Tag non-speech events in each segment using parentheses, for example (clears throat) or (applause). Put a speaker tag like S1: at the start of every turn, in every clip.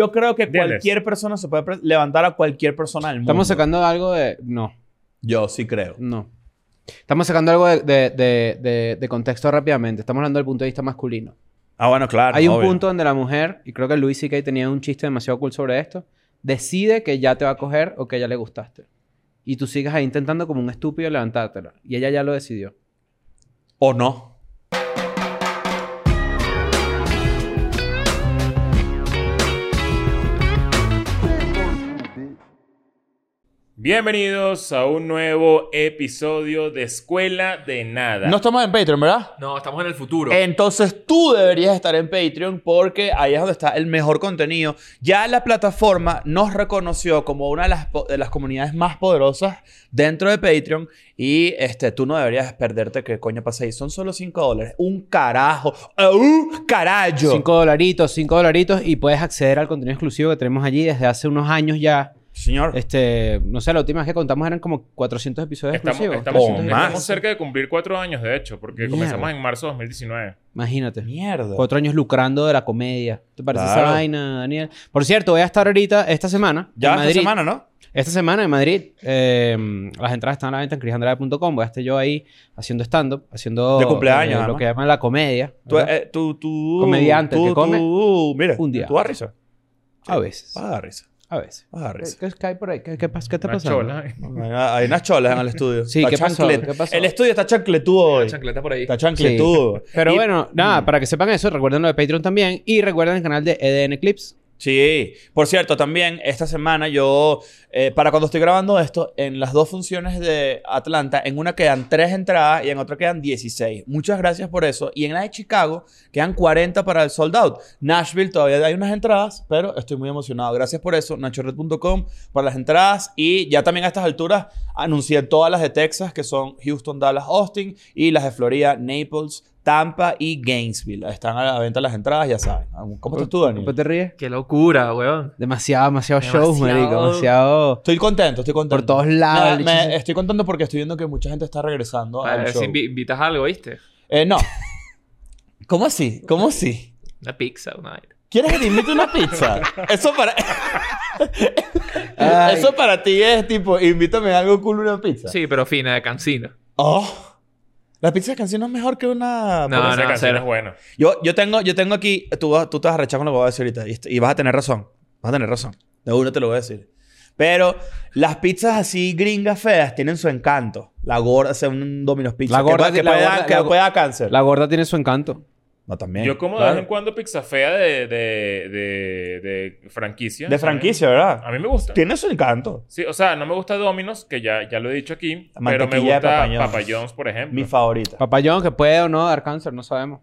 S1: Yo creo que
S2: Diles.
S1: cualquier persona se puede pre- levantar a cualquier persona del mundo.
S3: Estamos sacando algo de. No,
S1: Yo sí creo.
S3: no. Estamos sacando algo de, de- de- de- de contexto rápidamente. Estamos hablando del punto de vista masculino.
S1: Ah, bueno, claro.
S3: Hay un
S1: obvio.
S3: punto donde la mujer, y creo que Luis C.K. tenía un chiste demasiado cool sobre esto, decide que ya te va a coger o que ya le gustaste. Y tú sigues ahí intentando como un estúpido levantártela. Y ella ya lo decidió.
S1: O no.
S2: Bienvenidos a un nuevo episodio de Escuela de Nada.
S1: No Eh, estamos en Patreon, ¿verdad?
S4: No, estamos en el futuro.
S1: Entonces tú deberías estar en Patreon porque ahí es donde está el mejor contenido. Ya la plataforma nos reconoció como una de las, po- de las comunidades más poderosas dentro de Patreon y este, tú no deberías perderte que coño pasa ahí. Son solo 5 dólares. Un carajo. ¡Un carajo!
S3: Cinco dolaritos, cinco dolaritos y puedes acceder al contenido exclusivo que tenemos allí desde hace unos años ya.
S1: Señor.
S3: Este, no sé, la última vez que contamos eran como 400 episodios
S2: estamos,
S3: exclusivos.
S2: estamos-
S1: O
S2: estamos
S1: más.
S2: cerca de cumplir cuatro años, de hecho, porque
S3: Mierda.
S2: comenzamos en marzo de 2019.
S3: Imagínate.
S1: Mierda.
S3: Cuatro años lucrando de la comedia. ¿Te parece
S1: Claro.
S3: esa vaina, Daniel? Por cierto, voy a estar ahorita, esta semana,
S1: Ya
S3: en
S1: esta
S3: Madrid.
S1: semana, ¿no?
S3: Esta semana en Madrid. eh, las entradas están a la venta en crisandrade.com. Voy a estar yo ahí haciendo stand-up, haciendo
S1: De cumpleaños,
S3: eh, lo
S1: además.
S3: que llaman la comedia.
S1: Tú,
S3: ¿verdad?
S1: eh, tú, tú-
S3: Comediante,
S1: tú,
S3: ¿el que come?
S1: tú- mira,
S3: Un día.
S1: tú da risa.
S3: a veces.
S1: Vas a dar risa.
S3: A veces.
S1: Vas a dar
S3: ¿Qué,
S1: risa. Ah,
S3: qué- qué hay por ahí? ¿Qué, qué pas- qué está
S2: Una
S3: pasando?
S1: (laughs)
S2: chola.
S1: Hay unas cholas en el estudio.
S3: Sí,
S1: Está
S3: ¿qué pasó?
S1: chanclet-
S3: ¿Qué pasó?
S1: El estudio está chancletudo hoy.
S4: La chancleta por ahí.
S1: Está chancletudo.
S3: Pero
S1: Y- Mm.
S3: bueno, nada, para que sepan eso, recuerden lo de Patreon también. Y recuerden el canal de EDN Clips.
S1: Sí. Por cierto, también esta semana yo, eh, para cuando estoy grabando esto, en las dos funciones de Atlanta, en una quedan tres entradas y en otra quedan 16. Muchas gracias por eso. Y en la de Chicago quedan 40 para el sold out. Nashville todavía hay unas entradas, pero estoy muy emocionado. Gracias por eso. NachoRed.com para las entradas. Y ya también a estas alturas anuncié todas las de Texas, que son Houston, Dallas, Austin, y las de Florida, Naples. Tampa y Gainesville. Están a la venta las entradas, ya saben. ¿Cómo estás tú, Daniel?
S3: ¿Por qué te ríes?
S4: Qué locura, weón.
S3: Demasiado, demasiado shows,
S4: Demasiado.
S3: marico. Demasiado...
S1: Estoy contento, estoy contento.
S3: Por todos lados.
S1: Me- me- estoy contento porque estoy viendo que mucha gente está regresando
S4: Para
S1: al
S4: ver
S1: show.
S4: si invi- invitas algo, ¿viste?
S1: Eh, no. (laughs) ¿Cómo así? ¿Cómo así?
S4: Una pizza, una vaina.
S1: ¿Quieres que te invite una pizza? Eso para... (laughs)
S3: Ay.
S1: Eso para ti es tipo, invítame algo cool, una pizza.
S4: Sí, pero fina, de cancina.
S1: Oh. La pizza de canción es mejor que una...
S2: Pero
S4: No,
S2: esa
S4: no,
S2: canción
S4: cero.
S2: es buena.
S1: Yo, yo, tengo, yo tengo aquí... Tú, vas- tú te vas a rechazar con lo que voy a decir ahorita. Y, est- y vas a tener razón. Vas a tener razón. De uno te lo voy a decir. Pero las pizzas así gringas feas tienen su encanto. La gorda, hace un Domino's Pizza.
S3: La
S1: que
S3: gorda-
S1: pueda- que,
S3: la
S1: pueda-
S3: gorda-
S1: que
S3: la-
S1: pueda dar cáncer.
S3: La gorda tiene su encanto.
S1: No, también.
S2: Yo como de
S1: Eh, Claro.
S2: vez en cuando pizza fea de, de, de, de franquicia.
S1: De
S2: ¿sabes?
S1: franquicia, ¿verdad?
S2: A mí me gusta.
S1: Tiene su encanto.
S2: Sí, o sea, no me gusta Domino's, que ya, ya lo he dicho aquí.
S1: La
S2: Pero me
S1: mantequilla de
S2: gusta
S1: Papa
S2: Papa
S1: John's.
S2: John's, por ejemplo.
S1: Mi favorita.
S3: Papayón que puede o no dar cáncer, no sabemos.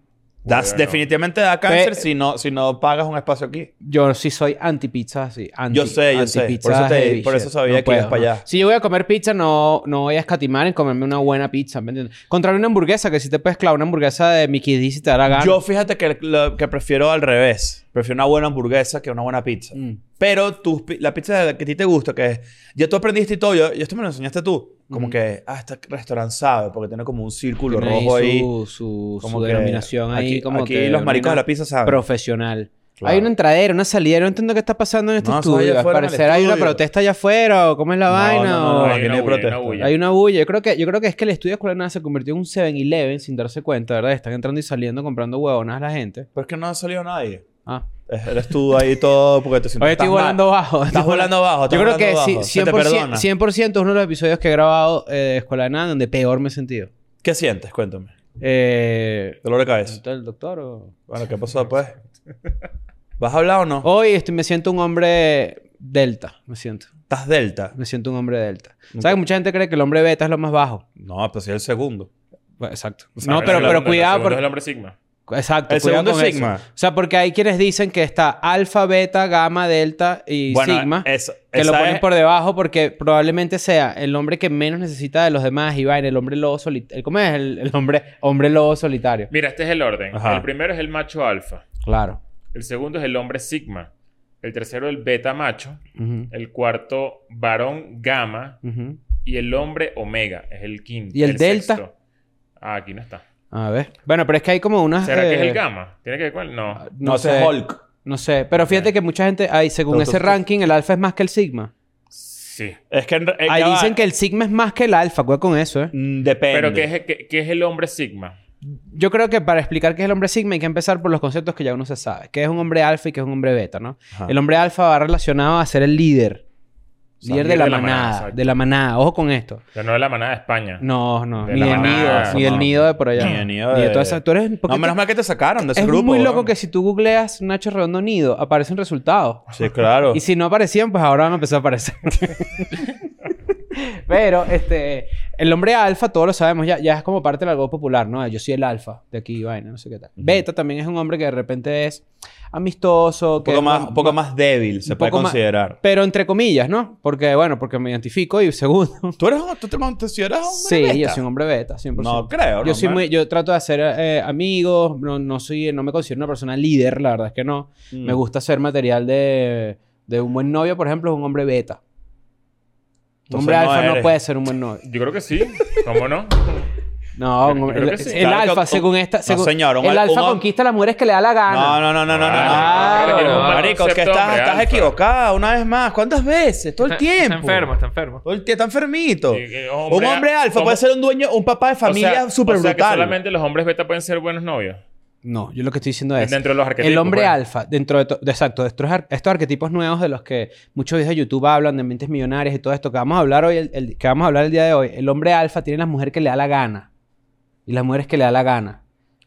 S1: Das-
S2: Ah, Bueno.
S1: Definitivamente da cáncer
S3: Pe-
S1: si, no, si no pagas un espacio aquí.
S3: Yo sí soy anti pizza, así. Anti,
S1: Yo sé, yo sé. Por
S3: antipizzas
S1: eso te-
S3: heavy
S1: por
S3: shit.
S1: eso sabía que
S3: puedo,
S1: ibas pa' allá.
S3: Si yo voy a comer pizza, no, no voy a escatimar en comerme una buena pizza, ¿me entiendes? Contra una hamburguesa, que si te puedes clavar una hamburguesa de Mickey D si te dará ganas.
S1: Yo fíjate que, lo- que prefiero al revés. Prefiero una buena hamburguesa que una buena pizza.
S3: Mm.
S1: Pero tus pi- la pizza que a ti te gusta, que es... Ya tú aprendiste y todo. Yo, yo esto me lo enseñaste tú. Como
S3: Ujú.
S1: que... Ah, este restaurante sabe. Porque tiene como un círculo
S3: Tiene
S1: rojo ahí.
S3: Su, su,
S1: como
S3: su
S1: que
S3: denominación ahí,
S1: aquí-
S3: como
S1: aquí
S3: que
S1: los maricos de
S3: una
S1: la pizza saben.
S3: Profesional.
S1: Claro.
S3: Hay una entradera, una salidera. No entiendo qué está pasando en este
S1: No, eso allá
S3: estudio. Al
S1: afuera en el
S3: parecer hay una
S1: estudio.
S3: protesta allá afuera. ¿o ¿Cómo es la
S1: No,
S3: vaina?
S1: no,
S3: o-
S1: no,
S2: Hay
S1: que
S2: una
S1: no hay
S2: bulla, hay una
S1: protesta.
S2: bulla.
S3: Hay una bulla. Yo creo que, yo creo que es que el estudio escolar de nada se convirtió en un 7-Eleven sin darse cuenta, ¿verdad? Están entrando y saliendo comprando huevonas la gente.
S1: Pero es que no ha salido nadie.
S3: Ah.
S1: Es- Eres tú ahí todo porque te sientes
S3: Oye, estoy
S1: tan mal.
S3: volando bajo.
S1: Estás volando bajo. estás
S3: Yo creo
S1: volando
S3: que sí,
S1: bajo. Se te
S3: 100%,
S1: perdona.
S3: 100% es uno de los episodios que he grabado eh, de Escuela de Nada donde peor me he sentido.
S1: ¿Qué sientes? Cuéntame.
S3: Eh,
S1: Dolor de cabeza.
S3: ¿está ¿El doctor o...?
S1: Bueno, ¿qué pasó después? ¿Vas a hablar o no?
S3: Hoy estoy- me siento un hombre delta, me siento.
S1: ¿Estás delta?
S3: Me siento un hombre delta.
S1: Ok.
S3: ¿Sabes? Mucha gente cree que el hombre beta es lo más bajo.
S1: No, pues sí, el segundo.
S3: Bueno, exacto.
S2: O sea,
S3: No,
S2: el
S3: pero,
S2: segundo-
S3: pero
S2: el
S3: cuidado
S2: segundo
S3: porque...
S2: es el hombre sigma.
S3: Exacto.
S1: El
S3: cuidado
S1: segundo
S3: con
S1: es
S3: eso.
S1: sigma.
S3: O sea, porque hay quienes dicen que está alfa, beta, gamma, delta y sigma.
S1: Eso,
S3: que
S1: eh, esa
S3: lo ponen
S1: es-
S3: por debajo porque probablemente sea el hombre que menos necesita de los demás y va en el hombre lobo solitario. ¿Cómo es? El, el hombre, hombre lobo solitario.
S2: Mira, este es el orden.
S1: Ajá.
S2: El primero es el macho alfa.
S3: Claro.
S2: El segundo es el hombre sigma. El tercero el beta macho. El cuarto varón gamma. Y el hombre omega. Es el quinto.
S3: ¿Y el delta?
S2: sexto. Ah, aquí no está.
S3: A ver. Bueno, pero es que hay como unas.
S2: ¿Será que es
S3: eh,
S2: el gamma? ¿Tiene que ver con el...? No.
S3: No,
S1: No, ese
S3: sé.
S1: es Hulk. Eh.
S3: No sé. Pero fíjate que mucha gente... Ay, según
S1: Tú, tú,
S3: ese
S1: tú.
S3: ranking, el alfa es más que el sigma.
S2: Sí.
S1: Es que en re- eh,
S3: Ahí
S1: ya va.
S3: dicen que el sigma es más que el alfa. Cuidado con eso, ¿eh?
S1: Mm, Depende.
S2: Pero ¿qué es, qué- qué es el hombre sigma?
S3: Yo creo que para explicar qué es el hombre sigma hay que empezar por los conceptos que ya uno se sabe. ¿Qué es un hombre alfa y qué es un hombre beta, no?
S1: Ajá.
S3: El hombre alfa va relacionado a ser el líder.
S2: sea,
S3: líder de la, manada.
S2: exacto.
S3: de la manada. Ojo con esto.
S2: Pero no de la manada de España.
S3: No, no.
S2: De
S3: ni
S2: la
S3: del
S2: manada,
S3: nido.
S2: eso
S3: Ni
S2: no.
S3: del nido de por allá.
S1: Ni del nido de-
S3: todas esas- Tú eres... ¿por qué
S1: No, menos
S3: tú-
S1: mal que te sacaron de ese
S3: Es
S1: grupo.
S3: muy loco
S1: weón.
S3: que si tú googleas Nacho Redondo Nido, aparecen resultados.
S1: Sí, claro.
S3: Y si no aparecían, pues ahora van a empezar
S1: (laughs)
S3: a aparecer. Pero, este, el hombre alfa, todos lo sabemos, ya, ya es como parte del algo popular, ¿no? Yo soy el alfa de aquí, vaina, no sé qué tal. Beta también es un hombre que de repente es amistoso,
S1: un
S3: que
S1: poco
S3: es
S1: más, un poco más débil, se
S3: un
S1: puede
S3: poco más-
S1: considerar.
S3: Pero entre comillas, ¿no? Porque, bueno, porque me identifico y segundo.
S1: ¿Tú, eres, un- ¿Tú te consideras un
S3: (laughs) Sí, yo soy un hombre beta, 100%.
S1: No creo,
S3: Yo,
S1: no,
S3: soy
S1: man.
S3: muy, yo trato de hacer eh, amigos, no, no, soy, no me considero una persona líder, la verdad es que no.
S1: Mm.
S3: Me gusta hacer material de, de un buen novio, por ejemplo, es un hombre beta. Un
S1: Entonces
S3: hombre
S1: no
S3: alfa no
S1: eres.
S3: puede ser un buen novio.
S2: Yo creo que sí.
S3: (laughs)
S2: ¿Cómo no?
S1: (laughs)
S3: No, un hombre-
S2: creo
S3: el,
S2: que sí.
S3: el
S1: Claro que
S3: alfa,
S1: un-
S3: según esta.
S1: no,
S3: según-
S1: señor, un
S3: el
S1: al-
S3: alfa
S1: un hom-
S3: conquista a las mujeres que le da la gana.
S1: No, no, no, no, no, no.
S3: Ah,
S1: no.
S4: no,
S1: Marico, que
S2: concepto
S1: estás,
S2: hombre
S1: estás
S2: alfa.
S1: equivocada una vez más. ¿Cuántas veces? Todo el
S4: Está-
S1: tiempo.
S4: Está enfermo, está enfermo.
S1: Todo el tie- está enfermito.
S2: Sí, que
S1: un hombre
S2: a-
S1: alfa
S2: ¿cómo?
S1: puede ser un dueño, un papá de familia
S2: O sea-
S1: súper
S2: o sea que
S1: brutal.
S2: solamente los hombres beta pueden ser buenos novios.
S3: No, yo lo que estoy diciendo es.
S2: Dentro de
S1: este
S2: los arquetipos.
S3: el hombre
S2: pues.
S3: alfa, dentro de, to- de- exacto, de estos, ar- estos arquetipos nuevos de los que muchos videos de YouTube hablan, de mentes millonarias y todo esto que vamos a hablar hoy, el, el- que vamos a hablar el día de hoy, el hombre alfa tiene la mujer que le da la gana. Y las mujeres que le da la gana.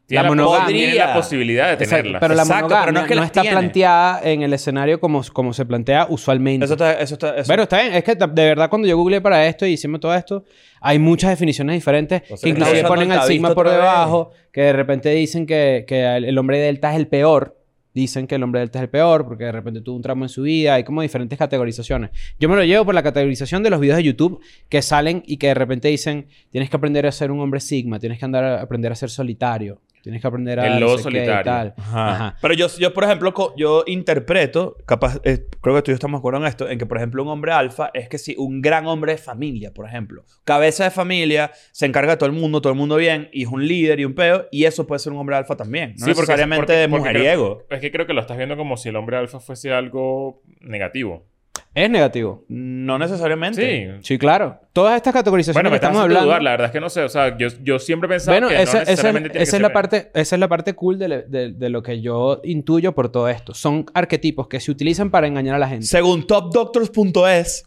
S2: Tiene
S3: la
S2: la,
S3: monogamia.
S2: podría- tiene la posibilidad de
S3: Exacto,
S2: tenerla.
S3: pero la
S1: Exacto,
S3: monogamia
S1: pero no
S3: no,
S1: es que las
S3: está
S1: tiene.
S3: planteada en el escenario como, como se plantea usualmente.
S1: Eso está, eso está, eso-
S3: Bueno, está bien. Es que ta- de verdad cuando yo googleé para esto y hicimos todo esto, hay muchas definiciones diferentes.
S1: O sea,
S3: que inclusive
S1: está
S3: ponen
S1: usando
S3: al
S1: el
S3: sigma
S1: tabito
S3: por
S1: otra vez.
S3: debajo, que de repente dicen que, que el el hombre delta es el peor. Dicen que el hombre delta es el peor porque de repente tuvo un tramo en su vida. Hay como diferentes categorizaciones. Yo me lo llevo por la categorización de los videos de YouTube que salen y que de repente dicen tienes que aprender a ser un hombre sigma, tienes que andar a aprender a ser solitario, tienes que aprender a...
S2: El
S3: no
S2: lobo
S3: sé qué y
S2: solitario.
S3: tal".
S1: Ajá.
S3: Ajá.
S1: Pero yo, yo, por ejemplo, co- yo interpreto, capaz, eh, creo que tú y yo estamos de acuerdo en esto, en que, por ejemplo, un hombre alfa es que si un gran hombre de familia, por ejemplo, cabeza de familia, se encarga de todo el mundo, todo el mundo bien, y es un líder y un peo, y eso puede ser un hombre alfa también. No
S2: Sí, porque-
S1: necesariamente
S2: porque- porque
S1: mujeriego.
S2: Es que creo que lo estás viendo como si el hombre alfa fuese algo negativo.
S3: Es negativo.
S1: No necesariamente.
S2: Sí.
S3: Sí, claro. Todas estas categorizaciones
S2: Bueno, me
S3: que
S2: estamos
S3: estamos
S2: hablando
S3: hablando...
S2: dudar. La verdad es que no sé. O sea, yo, yo siempre pensaba
S3: Bueno,
S2: que
S3: esa,
S2: no
S3: esa es-
S2: necesariamente tiene
S3: esa
S2: que
S3: es
S2: ser-
S3: la parte, esa es la parte cool de, de- de lo que yo intuyo por todo esto. Son arquetipos que se utilizan para engañar a la gente.
S1: Según topdoctors.es,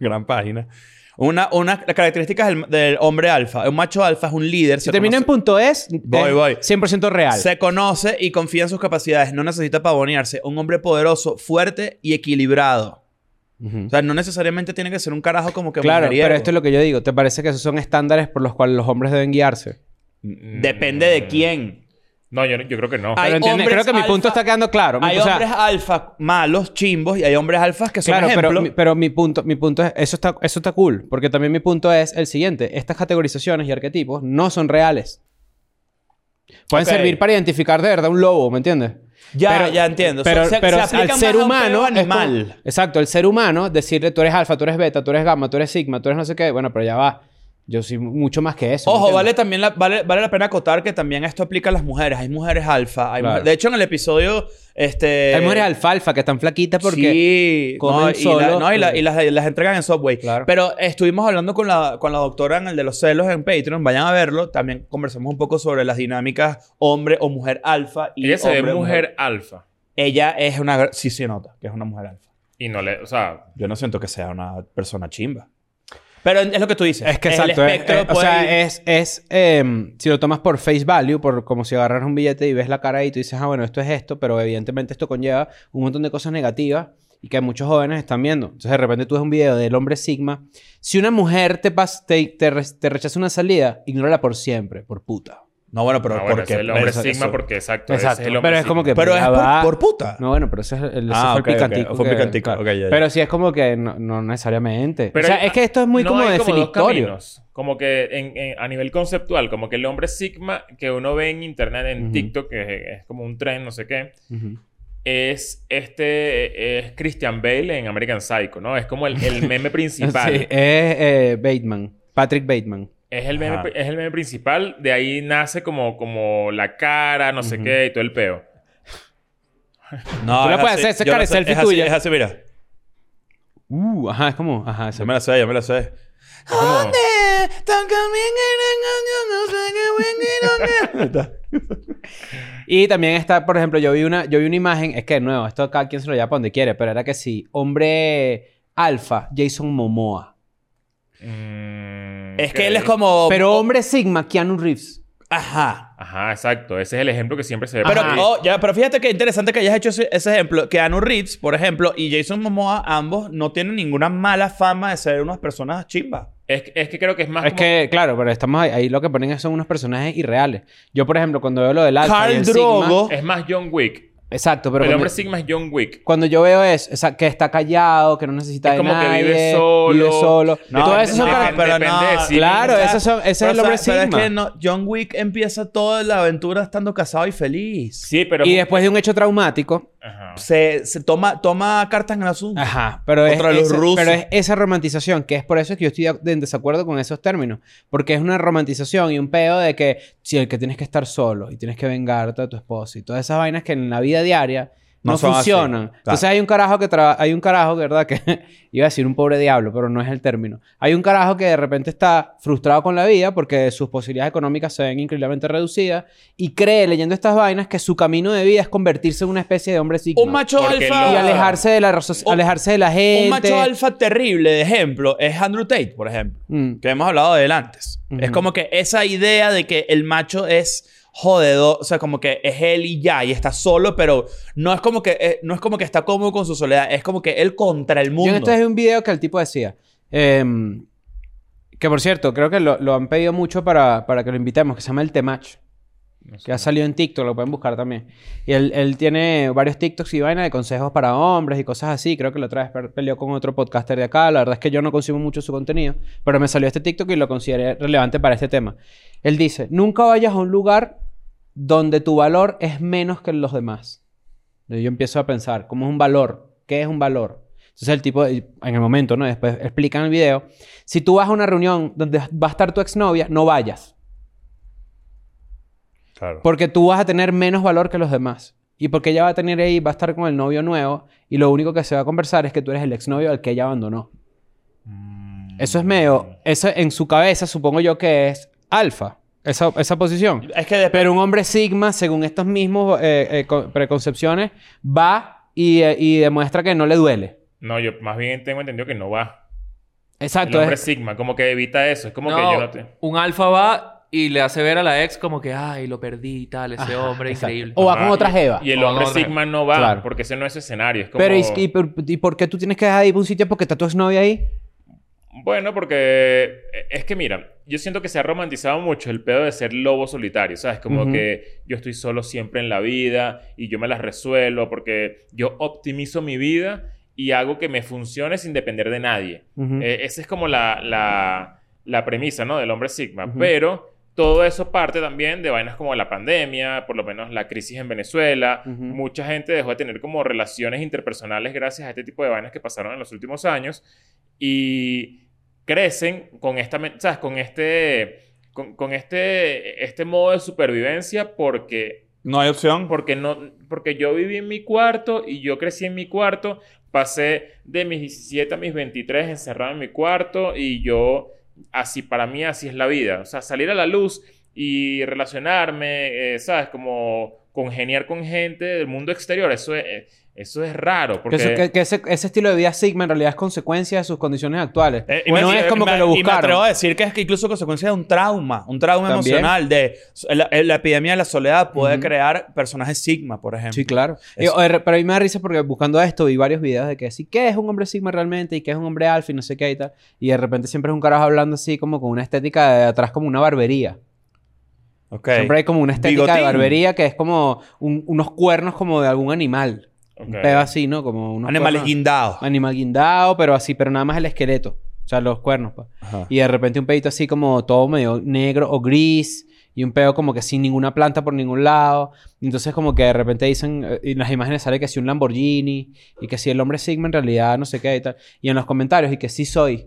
S1: gran página, una, una las características del, del hombre alfa. Un macho alfa es un líder.
S3: si
S1: se
S3: termina en
S1: conoce-
S3: punto es,
S1: Voy,
S3: es
S1: voy.
S3: 100% real.
S1: Se conoce y confía en sus capacidades. No necesita pavonearse. Un hombre poderoso, fuerte y equilibrado.
S3: Ujú.
S1: O sea, no necesariamente tiene que ser un carajo como que
S3: Claro,
S1: mujeriego.
S3: pero esto es lo que yo digo. ¿Te parece que esos son estándares por los cuales los hombres deben guiarse?
S2: Mm,
S1: Depende de quién.
S2: No, yo, yo creo que no.
S1: Hay
S3: Pero entiendes, creo
S1: hombres
S3: que mi punto
S1: alfa-
S3: está quedando claro. Mi-
S1: Hay
S3: o sea,
S1: hombres alfa malos, chimbos, y hay hombres alfas que son
S3: Claro,
S1: ejemplo.
S3: pero, mi- pero mi punto, mi punto es, eso está, eso está cool, porque también mi punto es el siguiente, estas categorizaciones y arquetipos no son reales. Pueden
S1: Ok.
S3: servir para identificar de verdad un lobo, ¿me entiendes?
S1: Ya, ya entiendo. O sea,
S3: Pero,
S1: se-
S3: pero
S1: se aplican
S3: al
S1: más
S3: ser
S1: a un
S3: humano,
S1: pedo
S3: es como-
S1: animal.
S3: exacto, el ser humano, decirle tú eres alfa, tú eres beta, tú eres gamma, tú eres sigma, tú eres no sé qué, bueno, pero ya va. Yo soy mucho más que eso. ¿me
S1: Ojo,
S3: entiendes?
S1: vale también la, vale, vale la pena acotar que también esto aplica a las mujeres. Hay mujeres alfa. hay
S3: Claro.
S1: mujer- de hecho, en el episodio... Este,
S3: Hay mujeres alfalfa que están flaquitas porque...
S1: sí,
S3: comen
S1: no, y la-
S3: solo,
S1: no, y, la-
S3: eh.
S1: y las, las entregan en Subway.
S3: Claro.
S1: Pero estuvimos hablando con la, con la doctora en el de los celos en Patreon. Vayan a verlo. También conversamos un poco sobre las dinámicas hombre o mujer alfa. Y
S2: Ella se ve
S1: hombre
S2: mujer,
S1: o
S2: alfa.
S1: Ella es una... gr- Sí se nota que es una mujer alfa.
S2: Y no le... O sea...
S1: Yo no siento que sea una persona chimba. Pero es lo que tú dices.
S3: Es que
S1: El
S3: exacto. es-
S1: espectro
S3: es- o
S1: puede ir-
S3: sea, es, es em, si lo tomas por face value, por como si agarraras un billete y ves la cara ahí y tú dices, ah, bueno, esto es esto, pero evidentemente esto conlleva un montón de cosas negativas y que muchos jóvenes están viendo. Entonces, de repente tú ves un video del hombre Sigma. Si una mujer te, pas- te, te re- te rechaza una salida, ignórala por siempre, por puta.
S1: No, bueno, pero
S2: no, ah, bueno,
S1: porque...
S2: ese es el hombre
S1: eso-
S2: sigma
S1: eso-
S2: porque exacto. ese
S3: Exacto.
S2: es el hombre
S3: pero es como
S2: sigma.
S3: que.
S1: Pero
S3: ya
S1: es por,
S3: va.
S1: por puta.
S3: No, bueno, pero ese es el, ese
S1: Ah, ok,
S3: fue
S1: ok.
S3: el picantico.
S1: Fue
S3: que-
S1: picantico. Ok, ya, ya.
S3: Pero sí es como que no, no necesariamente.
S2: Pero
S3: o sea,
S2: hay-
S3: es que esto es muy
S2: no
S3: como
S2: hay dos
S3: definitorio.
S2: caminos. como que en- en- a nivel conceptual, como que el hombre sigma que uno ve en internet, en
S3: Ujú.
S2: TikTok, que es como un tren, no sé qué,
S3: Ujú.
S2: es este, es Christian Bale en American Psycho, ¿no? Es como el,
S3: (laughs)
S2: el meme principal.
S3: Sí, es eh, Bateman. Patrick Bateman.
S2: Es el, meme,
S1: Ajá.
S2: es el meme principal. De ahí nace como, como la cara, no sé
S3: Ujú.
S2: qué, y todo el peo.
S1: No,
S3: Tú la
S1: es
S3: puedes
S1: así.
S3: hacer, esa
S1: Yo
S3: cara
S1: la
S3: es
S1: sé-
S3: selfie
S1: es así,
S3: tuya.
S1: Es así, mira.
S3: Uh, ajá, es como. Ajá, esa
S1: Yo me la sé, yo me la sé.
S2: como-
S1: (laughs)
S3: Y también está, por ejemplo, yo vi una, yo vi una imagen, es que de nuevo, esto cada quien se lo lleva para donde quiere, pero era que sí, hombre alfa, Jason Momoa.
S2: Mm,
S1: Es
S2: ok.
S1: que él es como.
S3: Pero hombre sigma, Keanu Reeves.
S1: Ajá.
S2: Ajá, exacto. Ese es el ejemplo que siempre se ve. Ah,
S1: Pero,
S2: por ahí.
S1: oh, ya, pero fíjate que interesante que hayas hecho ese, ese ejemplo. Que Anu Reeves, por ejemplo, y Jason Momoa, ambos no tienen ninguna mala fama de ser unas personas chimbas.
S2: es, que- es que creo que es más
S3: Es
S2: Ah, como-
S3: que, claro, pero estamos ahí, ahí lo que ponen son unos personajes irreales. Yo, por ejemplo, cuando veo lo del alfa. y
S1: Carl
S3: el sigma-
S1: Drogo.
S2: Es más John Wick.
S3: exacto, pero.
S2: el
S3: cuando-
S2: hombre Sigma es John Wick.
S3: Cuando yo veo eso, o sea, que está callado, que no necesita
S2: Es
S3: de
S2: como que
S3: nadie,
S2: vive solo.
S3: vive solo.
S1: No,
S3: Todo eso son
S1: no,
S3: características.
S1: pero
S2: depende
S1: no,
S2: de sí
S3: Claro,
S1: mismo.
S3: esos son- ese
S1: Pero,
S3: es el hombre
S1: o sea, pero
S3: sigma.
S1: es que no- John Wick empieza toda la aventura estando casado y feliz.
S2: Sí, pero...
S3: Y después de un hecho traumático,
S2: Ajá.
S1: Se, se toma, toma cartas en el asunto.
S3: Ajá, pero es,
S1: Contra los
S3: esa,
S1: rusos.
S3: pero es esa romantización, que es por eso que yo estoy de- en desacuerdo con esos términos, porque es una romantización y un peo de que si el que tienes que estar solo y tienes que vengarte de tu esposo y todas esas vainas que en la vida diaria no,
S1: No son así,
S3: funcionan.
S1: claro.
S3: Entonces hay un carajo que traba- hay un carajo, ¿verdad? Que (laughs) iba a decir un pobre diablo, pero no es el término. Hay un carajo que de repente está frustrado con la vida porque sus posibilidades económicas se ven increíblemente reducidas y cree leyendo estas vainas que su camino de vida es convertirse en una especie de hombre sigma
S1: Un macho
S2: Porque
S1: alfa.
S3: y alejarse de la razo-
S1: Un-
S3: alejarse de la gente.
S1: Un macho alfa terrible, de ejemplo, es Andrew Tate, por ejemplo.
S3: Mm.
S1: Que hemos hablado de él antes.
S3: Ujú.
S1: Es como que esa idea de que el macho es jodedor, o sea, como que es él y ya, y está solo, pero no es como que, eh, no es como que está cómodo con su soledad, es como que él contra el
S3: Yo en este
S1: mundo.
S3: esto vi un video que el tipo decía. em, que por cierto, creo que lo, lo han pedido mucho para, para que lo invitemos, que se llama El Temach.
S2: No sé.
S3: Que ha salido en TikTok, lo pueden buscar también. Y él, él tiene varios TikToks y vaina de consejos para hombres y cosas así. Creo que la otra vez pe- peleó con otro podcaster de acá. La verdad es que yo no consumo mucho su contenido, pero me salió este TikTok y lo consideré relevante para este tema. Él dice, nunca vayas a un lugar donde tu valor es menos que los demás. Entonces, Yo empiezo a pensar, ¿cómo es un valor? ¿Qué es un valor? Entonces el tipo, eh, en el momento, ¿no? Después explica en el video, si tú vas a una reunión donde va a estar tu exnovia, no vayas.
S1: Claro.
S3: Porque tú vas a tener menos valor que los demás. Y porque ella va a tener ahí, va a estar con el novio nuevo. Y lo único que se va a conversar es que tú eres el exnovio al que ella abandonó. Eso es medio. Eso en su cabeza, supongo yo que es alfa. Esa, esa posición.
S1: Es que depende.
S3: Pero un hombre sigma, según estos mismos eh, eh, co- preconcepciones, va y, eh, y demuestra que no le duele.
S2: No, yo más bien tengo entendido que no va. El
S3: Exacto.
S2: hombre
S3: es-
S2: Sigma, como que evita eso. Es como
S4: no,
S2: que yo no te...
S4: un alfa va y le hace ver a la ex como que, ay, lo perdí y tal, ese
S3: Ajá,
S4: hombre
S3: exacto. Oh,
S4: increíble.
S3: O va
S2: Ajá.
S3: con otra jeva.
S2: Y el
S4: O
S2: hombre
S4: no, no.
S2: Sigma no va,
S3: Claro.
S2: porque ese no es escenario. Es como...
S3: Pero, ¿y, y por- y por qué tú tienes que dejar de ir a un sitio porque está tu exnovia ahí?
S2: Bueno, porque eh, es que mira, yo siento que se ha romantizado mucho el pedo de ser lobo solitario, ¿sabes? Como
S3: Ujú.
S2: que yo estoy solo siempre en la vida y yo me las resuelvo porque yo optimizo mi vida y hago que me funcione sin depender de nadie.
S3: Ujú.
S2: Eh, esa es como la, la, la premisa, ¿no? Del hombre Sigma.
S3: Ujú.
S2: Pero todo eso parte también de vainas como la pandemia, por lo menos la crisis en Venezuela.
S3: Ujú.
S2: Mucha gente dejó de tener como relaciones interpersonales gracias a este tipo de vainas que pasaron en los últimos años. Y crecen con esta... men- ¿Sabes? Con este... Con, con este, este modo de supervivencia porque
S1: No hay opción.
S2: porque no porque yo viví en mi cuarto y yo crecí en mi cuarto, pasé de mis 17 a mis 23 encerrado en mi cuarto y yo así para mí así es la vida, o sea, salir a la luz y relacionarme, eh, sabes, como congeniar con gente del mundo exterior, eso es eso es raro porque
S3: Que, eso- que- que ese, ese estilo de vida Sigma en realidad es consecuencia de sus condiciones actuales.
S1: Eh, y
S3: no
S1: me-
S3: es como
S1: me-
S3: que lo
S1: Y me atrevo
S3: buscaron.
S1: a decir que es que incluso consecuencia de un trauma, un trauma
S3: También.
S1: emocional, de la, la epidemia de la soledad puede
S3: Ujú.
S1: crear personajes sigma, por ejemplo.
S3: Sí, claro.
S1: Eso.
S3: Y, oye, pero a mí me da risa porque buscando esto vi varios videos de que sí, ¿qué es un hombre Sigma realmente? ¿Y qué es un hombre alfa? Y no sé qué y tal. Y de repente siempre es un carajo hablando así como con una estética de atrás como una barbería.
S1: Ok.
S3: Siempre hay como una estética de
S1: Bigotín.
S3: barbería que es como un- unos cuernos como de algún animal.
S2: Ok.
S3: Un pedo así, ¿no? Como unos
S1: Animales
S3: cuernos-
S1: guindados.
S3: Animal guindado, pero así, pero nada más el esqueleto. O sea, los cuernos, pues.
S1: Ajá.
S3: Y de repente un pedito así como todo medio negro o gris. Y un pedo como que sin ninguna planta por ningún lado. Entonces como que de repente dicen... eh, Y en las imágenes sale que si un Lamborghini. Y que si el hombre Sigma en realidad no sé qué y tal. Y en los comentarios y que sí soy.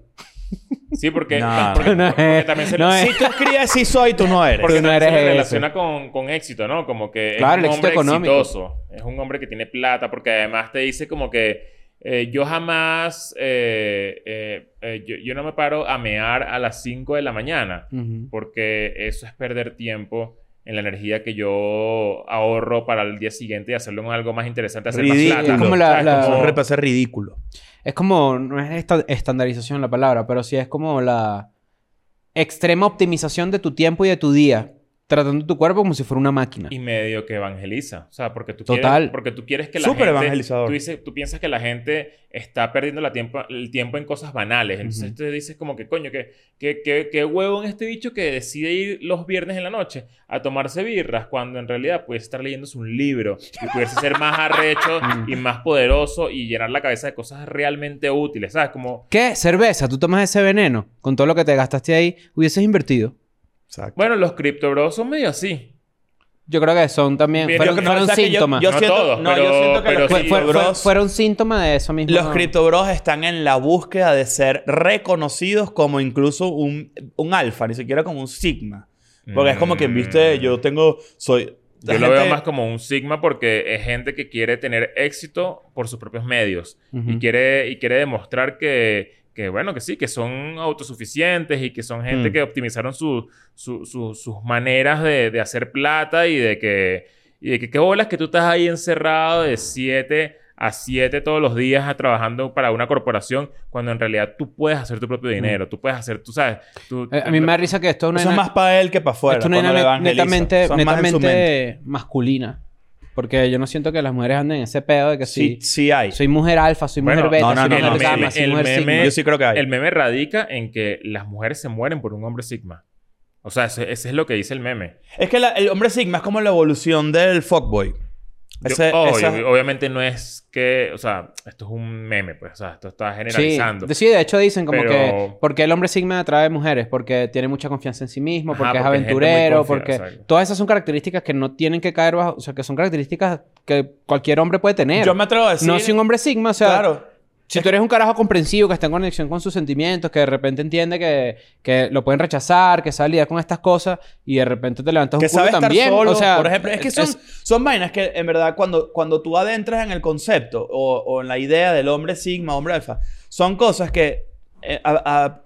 S2: Sí, porque,
S1: No,
S2: (laughs) porque-
S3: no
S2: porque
S3: es-
S2: también se
S3: no eh.
S2: le-
S3: es-
S1: Si tú escribes sí soy, tú no eres.
S2: porque
S3: no
S2: también se
S3: eres
S2: le
S3: ese.
S2: relaciona con, con éxito, ¿no? Como que
S3: Claro, el
S2: es un
S3: éxito
S2: hombre
S3: económico.
S2: exitoso. Es un hombre que tiene plata, porque además te dice como que eh, yo jamás, eh, eh, eh, yo, yo no me paro a mear a las 5 de la mañana,
S3: Ujú.
S2: porque eso es perder tiempo en la energía que yo ahorro para el día siguiente y hacerlo en algo más interesante, hacer
S1: Ridículo.
S2: más plata.
S1: Es como
S3: la-
S2: ¿Sabes?
S3: la-
S1: Eso
S2: Como-
S1: es re- parece ridículo.
S3: Es como, no es esta- estandarización la palabra, pero sí es como la extrema optimización de tu tiempo y de tu día, tratando tu cuerpo como si fuera una máquina.
S2: Y medio que evangeliza. O sea, porque tú
S3: Total.
S2: quieres... Porque tú quieres que la
S1: Súper
S2: gente...
S1: evangelizador.
S2: Tú, dices, tú piensas que la gente está perdiendo la tiempo, el tiempo en cosas banales. Entonces
S3: Ujú.
S2: te dices como que, coño, que, que, que, que huevo en este bicho que decide ir los viernes en la noche a tomarse birras cuando en realidad puede estar leyéndose un libro y pudiese ser más
S1: (laughs)
S2: arrecho
S3: Mm.
S2: y más poderoso y llenar la cabeza de cosas realmente útiles. ¿Sabes? Como...
S3: ¿Qué? Cerveza, tú tomas ese veneno, con todo lo que te gastaste ahí, hubieses invertido.
S1: Exacto.
S2: Bueno, los cripto bros son medio así.
S3: Yo creo que son también,
S2: Bien, yo
S3: fueron,
S2: creo-
S3: fueron
S1: o sea que yo-
S3: síntomas.
S1: Yo,
S2: No
S1: siento,
S2: todos,
S1: no, yo
S2: pero-
S1: siento que
S2: pero
S1: los
S2: sí,
S3: Fue- fue-
S1: criptobros-
S3: fue- fueron síntomas de eso mismo.
S1: los criptobros están en la búsqueda de ser reconocidos como incluso un, un alfa, ni siquiera como un sigma. Porque es como que, viste,
S2: Mm.
S1: yo tengo, soy...
S2: Yo
S1: la
S2: lo veo
S1: gente-
S2: más como un sigma porque es gente que quiere tener éxito por sus propios medios y,
S3: Ujú.
S2: quiere, y quiere demostrar que, que, bueno, que sí, que son autosuficientes y que son gente
S1: Mm.
S2: que optimizaron su- su- su- sus maneras de, de hacer plata y de que, y de que qué bolas que tú estás ahí encerrado de 7 a 7 todos los días a- trabajando para una corporación cuando en realidad tú puedes hacer tu propio dinero, tú puedes hacer, tú sabes, tú-
S3: Eh, a mí me da risa que esto es una
S1: Eso es
S3: ena-
S1: más para él que para afuera.
S3: Esto es una
S1: cuando lo
S3: nena
S1: evangeliza.
S3: netamente,
S1: Eso es más en su mente.
S3: netamente masculina. Porque yo no siento que las mujeres anden en ese pedo de que
S1: Sí,
S3: sí.
S1: sí hay.
S3: soy mujer alfa, soy
S2: Bueno,
S3: mujer beta,
S1: no, no,
S3: soy
S1: no,
S3: mujer
S1: no, no.
S3: gamma, soy
S2: El
S3: mujer
S2: meme-
S3: sigma.
S1: Yo sí creo que hay.
S2: El meme radica en que las mujeres se mueren por un hombre sigma. O sea, ese, ese es lo que dice el meme.
S1: Es que la- el hombre sigma es como la evolución del fuckboy.
S2: Yo-
S1: Ese,
S2: oh,
S1: esa-
S2: yo- obviamente no es que... O sea, esto es un meme, pues. O sea, esto está
S3: Sí,
S2: generalizando.
S3: de- sí, de hecho dicen como
S2: Pero-
S3: que porque el hombre sigma atrae mujeres, porque tiene mucha confianza en sí mismo,
S2: Ajá,
S3: porque es
S2: porque es gente muy
S3: aventurero,
S2: confiada,
S3: porque
S2: exacto.
S3: todas esas son características que no tienen que caer bajo, o sea, que son características que cualquier hombre puede tener.
S1: Yo me atrevo a decir...
S3: No soy un hombre sigma, o sea,
S1: Claro.
S3: Si tú eres un carajo comprensivo, que está en conexión con sus sentimientos, que de repente entiende que, que lo pueden rechazar, que sabe lidiar con estas cosas, y de repente te levantas
S1: que
S3: un culo
S1: sabe
S3: también.
S1: estar solo,
S3: o sea,
S1: por ejemplo. Es que son,
S3: es-
S1: son vainas que, en verdad, cuando, cuando tú adentras en el concepto o, o en la idea del hombre sigma, hombre alfa, son cosas que eh, a, a-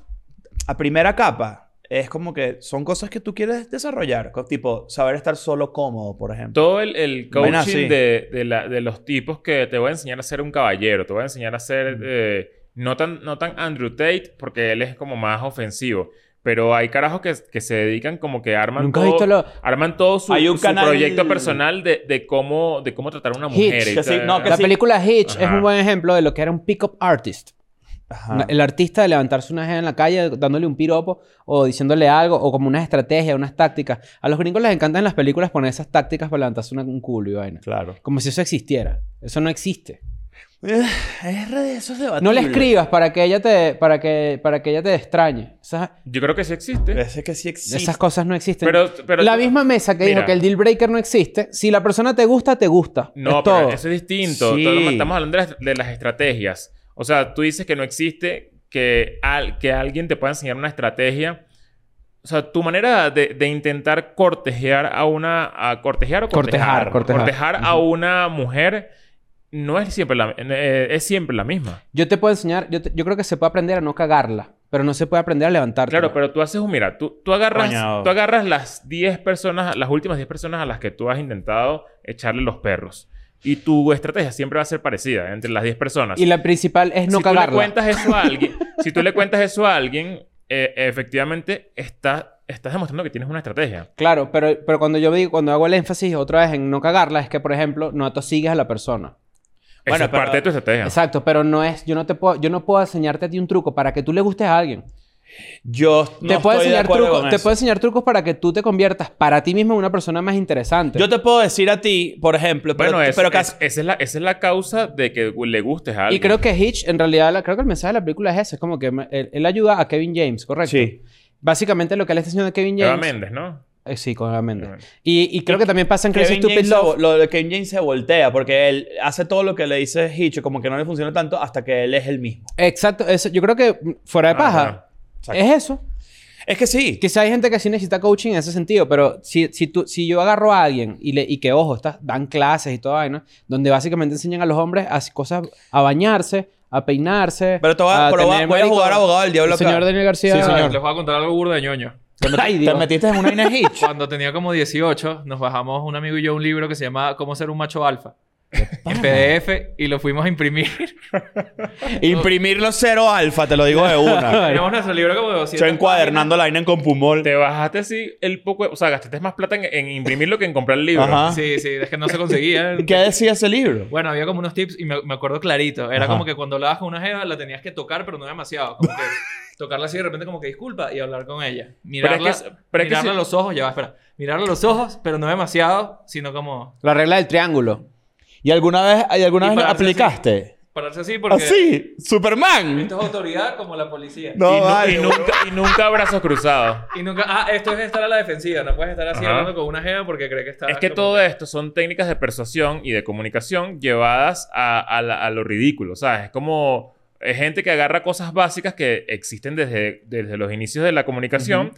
S1: a primera capa es como que son cosas que tú quieres desarrollar. co- Tipo, saber estar solo cómodo, por ejemplo.
S2: Todo el, el coaching
S1: Bueno, sí.
S2: de, de la- de los tipos que te voy a enseñar a ser un caballero. Te voy a enseñar a ser... eh, no, tan, no tan Andrew Tate, porque él es como más ofensivo. Pero hay carajos que, que se dedican como que arman
S3: Nunca he
S2: todo...
S3: visto lo-
S2: Arman todo su,
S1: Hay un
S2: su
S1: canal-
S2: proyecto personal de, de cómo, de cómo tratar a una
S3: Hitch.
S2: mujer. y
S1: Que sí,
S2: tal.
S1: no, que
S3: la
S1: sí.
S3: película Hitch es
S2: Ajá.
S3: un buen ejemplo de lo que era un pick-up artist.
S1: Ajá.
S2: Ah.
S3: Una- El artista de levantarse una jeva en la calle dándole un piropo o diciéndole algo o como unas estrategias, unas tácticas. A los gringos les encantan en las películas poner esas tácticas para levantarse una- un culo y vaina.
S1: Claro.
S3: Como si eso existiera. Eso no existe.
S1: Eh, Es re, eso es debatible.
S3: No le escribas para que ella te, para que, para que ella te extrañe. Esas,
S2: Yo creo que sí existe.
S1: Parece que sí existe.
S3: esas cosas no existen.
S2: Pero, pero
S3: la misma mesa que
S2: Mira.
S3: dijo que el deal breaker no existe, si la persona te gusta, te gusta.
S2: No,
S3: es
S2: pero
S3: todo.
S2: eso es distinto.
S1: Sí.
S2: Todo lo- Estamos hablando de las, de las estrategias. O sea, tú dices que no existe que, al- que alguien te pueda enseñar una estrategia. O sea, tu manera de, de intentar cortejear a una... A cortejear o cortejar.
S3: Cortejar, cortejar.
S2: a una mujer no es siempre la, eh, es siempre la misma.
S3: Yo te puedo enseñar, yo, te- yo creo que se puede aprender a no cagarla, pero no se puede aprender a levantarte.
S2: Claro, pero tú haces un... Mira, tú, tú, agarras,
S1: Coño.
S2: tú agarras las 10 personas, las últimas 10 personas a las que tú has intentado echarle los perros. Y tu estrategia siempre va a ser parecida entre las 10 personas.
S3: Y la principal es no
S2: si
S3: cagarla.
S2: tú le cuentas eso
S3: (laughs)
S2: a alguien, si tú le cuentas eso a alguien, eh, efectivamente está, estás demostrando que tienes una estrategia.
S3: Claro, pero, pero cuando yo digo, cuando hago el énfasis otra vez en no cagarla, es que, por ejemplo, no atosigues a la persona.
S1: Bueno,
S2: Bueno, es
S1: pero-
S2: parte de tu estrategia.
S3: Exacto, pero no es, yo no te puedo, yo no puedo enseñarte a ti un truco para que tú le gustes a alguien.
S1: Yo no
S3: te puedo
S1: estoy de
S3: enseñar
S1: acuerdo
S3: trucos,
S1: con
S3: te
S1: eso.
S3: puedo enseñar trucos para que tú te conviertas para ti mismo en una persona más interesante.
S1: Yo te puedo decir a ti, por ejemplo, pero,
S2: Bueno, es-
S1: pero
S2: es-
S1: casi...
S2: esa, es la, esa es la causa de que le gustes a
S3: Y
S2: alguien.
S3: creo que Hitch, en realidad, la- creo que el mensaje de la película es ese. Es como que me- él, él ayuda a Kevin James, ¿correcto?
S1: Sí.
S3: Básicamente lo que él está haciendo a Kevin
S2: Eva
S3: James...
S2: Méndez, ¿no?
S3: Eh, sí, con Eva Mendes.
S2: Eva Méndez.
S3: Y, y creo que también pasa en Crazy
S1: Kevin
S3: Stupid
S1: James se
S3: Love.
S1: vo- lo de Kevin James se voltea porque él hace todo lo que le dice Hitch, como que no le funciona tanto hasta que él es el mismo.
S3: Exacto. eso- yo creo que mm, fuera de
S2: Ah,
S3: paja,
S2: ajá.
S1: Exacto.
S3: Es eso.
S1: Es que sí.
S3: Quizá hay gente que sí necesita coaching en ese sentido, pero si, si, tú, si yo agarro a alguien y, le, y que, ojo, estas dan clases y todo vaina, donde básicamente enseñan a los hombres a hacer cosas, a bañarse, a peinarse.
S1: Pero te voy a, pero voy a-
S3: tener
S1: voy a
S3: médico-
S1: jugar abogado del diablo
S3: Ah, El
S1: acá.
S3: señor Daniel García.
S1: Sí, señor.
S4: Les voy a contar algo burda de ñoño.
S3: Te met- Ay,
S1: Te
S3: Dios.
S1: metiste en una vaina de
S4: (laughs)
S1: hitch.
S4: Cuando tenía como 18, nos bajamos un amigo y yo un libro que se llama Cómo ser un macho alfa. En PDF y lo fuimos a imprimir.
S1: Imprimir los cero alfa, te lo digo de
S4: (laughs)
S1: una.
S4: Tenemos nuestro libro como de
S1: Yo
S4: 200
S1: encuadernando la vaina en compumol.
S2: Te bajaste así el poco... O sea, gastaste más plata en, en imprimirlo que en comprar el libro.
S1: Ajá.
S4: páginas. Sí, sí, es que no se conseguía.
S1: ¿Qué decía ese libro?
S4: Bueno, había como unos tips y me, me acuerdo clarito. Era
S1: Ajá.
S4: como que cuando hablabas con una jeva la tenías que tocar, pero no demasiado. Como
S2: (laughs)
S4: que tocarla así de repente como que disculpa y hablar con ella.
S2: Pero
S4: Mirarla,
S2: es que- pero es que
S4: mirarla
S2: si-
S4: a los ojos, ya va, espera. Mirarla a los ojos, pero no demasiado, sino como
S3: La regla del triángulo.
S1: ¿Y alguna vez, y alguna
S4: Y
S1: vez lo
S4: pararse
S1: aplicaste?
S4: pararse así porque...
S1: ¿Así? ¡Superman!
S4: Esto es autoridad como la policía.
S1: No,
S2: y, nu-
S1: vale,
S2: y nunca, y nunca brazos cruzados.
S4: Y nunca... Ah, esto es estar a la defensiva. No puedes estar así
S2: Ajá.
S4: hablando con una jeva porque cree que está...
S2: Es que
S4: como
S2: todo esto son técnicas de persuasión y de comunicación llevadas a, a la- a lo ridículo, ¿sabes? Es como eh, gente que agarra cosas básicas que existen desde, desde los inicios de la comunicación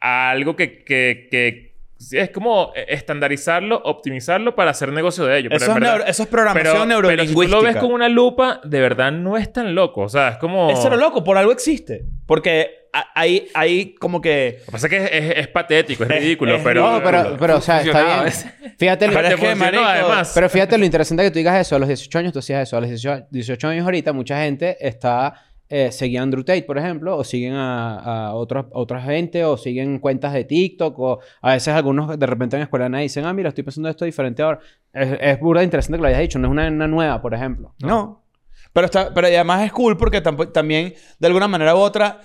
S2: a algo que, que- que- sí, es como eh, estandarizarlo, optimizarlo para hacer negocio de ello. Pero
S1: Eso
S2: en
S1: es,
S2: verdad-
S1: neuro- eso es programación
S2: pero si tú
S1: neurolingüística.
S2: lo ves con una lupa, de verdad no es tan loco. O sea, es como...
S1: Es cero loco, por algo existe. Porque a- hay, hay como que...
S2: Lo que pasa es que es, es- es patético, es
S1: Es-
S2: ridículo,
S1: es
S2: pero...
S3: No, pero, pero o sea, está
S4: Funcionaba a
S3: bien. (laughs)
S4: veces.
S3: Fíjate, lo-
S1: Pero
S2: te
S1: es que,
S2: funcionó,
S1: marico,
S2: además.
S3: Pero fíjate lo interesante que tú digas eso. A los 18 años tú hacías eso. A los 18, 18 años ahorita mucha gente está... Eh, sigue a Andrew Tate, por ejemplo, o siguen a, a otros, otras gente, o siguen cuentas de TikTok, o a veces algunos de repente en la escuela nadie dicen, ah, mira, estoy pensando esto diferente ahora. Es, es burda interesante que lo hayas dicho, no es una, una nueva, por ejemplo.
S1: No. Pero, está, pero además es cool porque tampo- también, de alguna manera u otra,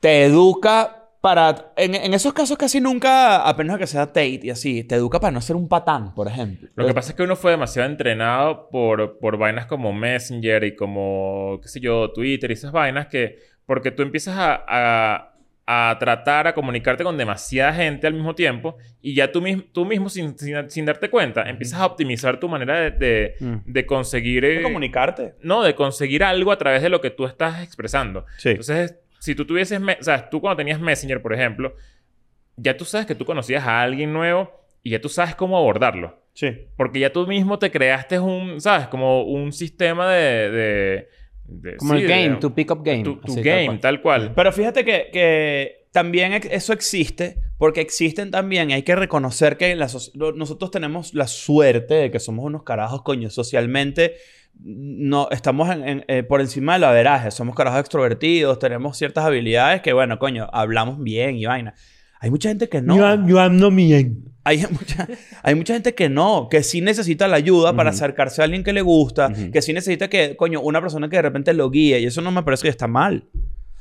S1: te educa para... En, en esos casos casi nunca, apenas que sea Tate y así, te educa para no ser un patán, por ejemplo.
S2: Lo que pasa es que uno fue demasiado entrenado por, por vainas como Messenger y como, qué sé yo, Twitter y esas vainas que... Porque tú empiezas a, a- a tratar, a comunicarte con demasiada gente al mismo tiempo y ya tú, mis- tú mismo, sin, sin- sin darte cuenta, empiezas a optimizar tu manera de, de-
S3: Mm.
S2: de conseguir... eh,
S1: es comunicarte.
S2: no, de conseguir algo a través de lo que tú estás expresando.
S1: Sí.
S2: Entonces, si tú tuvieses, me- o sea, tú cuando tenías Messenger, por ejemplo, ya tú sabes que tú conocías a alguien nuevo y ya tú sabes cómo abordarlo.
S1: Sí.
S2: Porque ya tú mismo te creaste un, ¿sabes? Como un sistema de... de, de-
S3: Como
S2: sí,
S3: el
S2: de-
S3: game, tu pick-up game.
S2: tu- tu
S3: así, tal
S2: game,
S3: cual.
S2: tal cual.
S1: Pero fíjate que, que también ex- eso existe porque existen también, y hay que reconocer que la soci- lo- nosotros tenemos la suerte de que somos unos carajos, coño, socialmente mm, no estamos en- en- eh, por encima del averaje, somos carajos extrovertidos, tenemos ciertas habilidades que, bueno, coño, hablamos bien y vaina. Hay mucha gente que no.
S3: no bien.
S1: Hay (laughs) mucha, hay mucha gente que no, que sí necesita la ayuda para acercarse a alguien que le gusta,
S3: Ujú.
S1: que sí necesita que, coño, una persona que de repente lo guíe, y eso no me parece que está mal.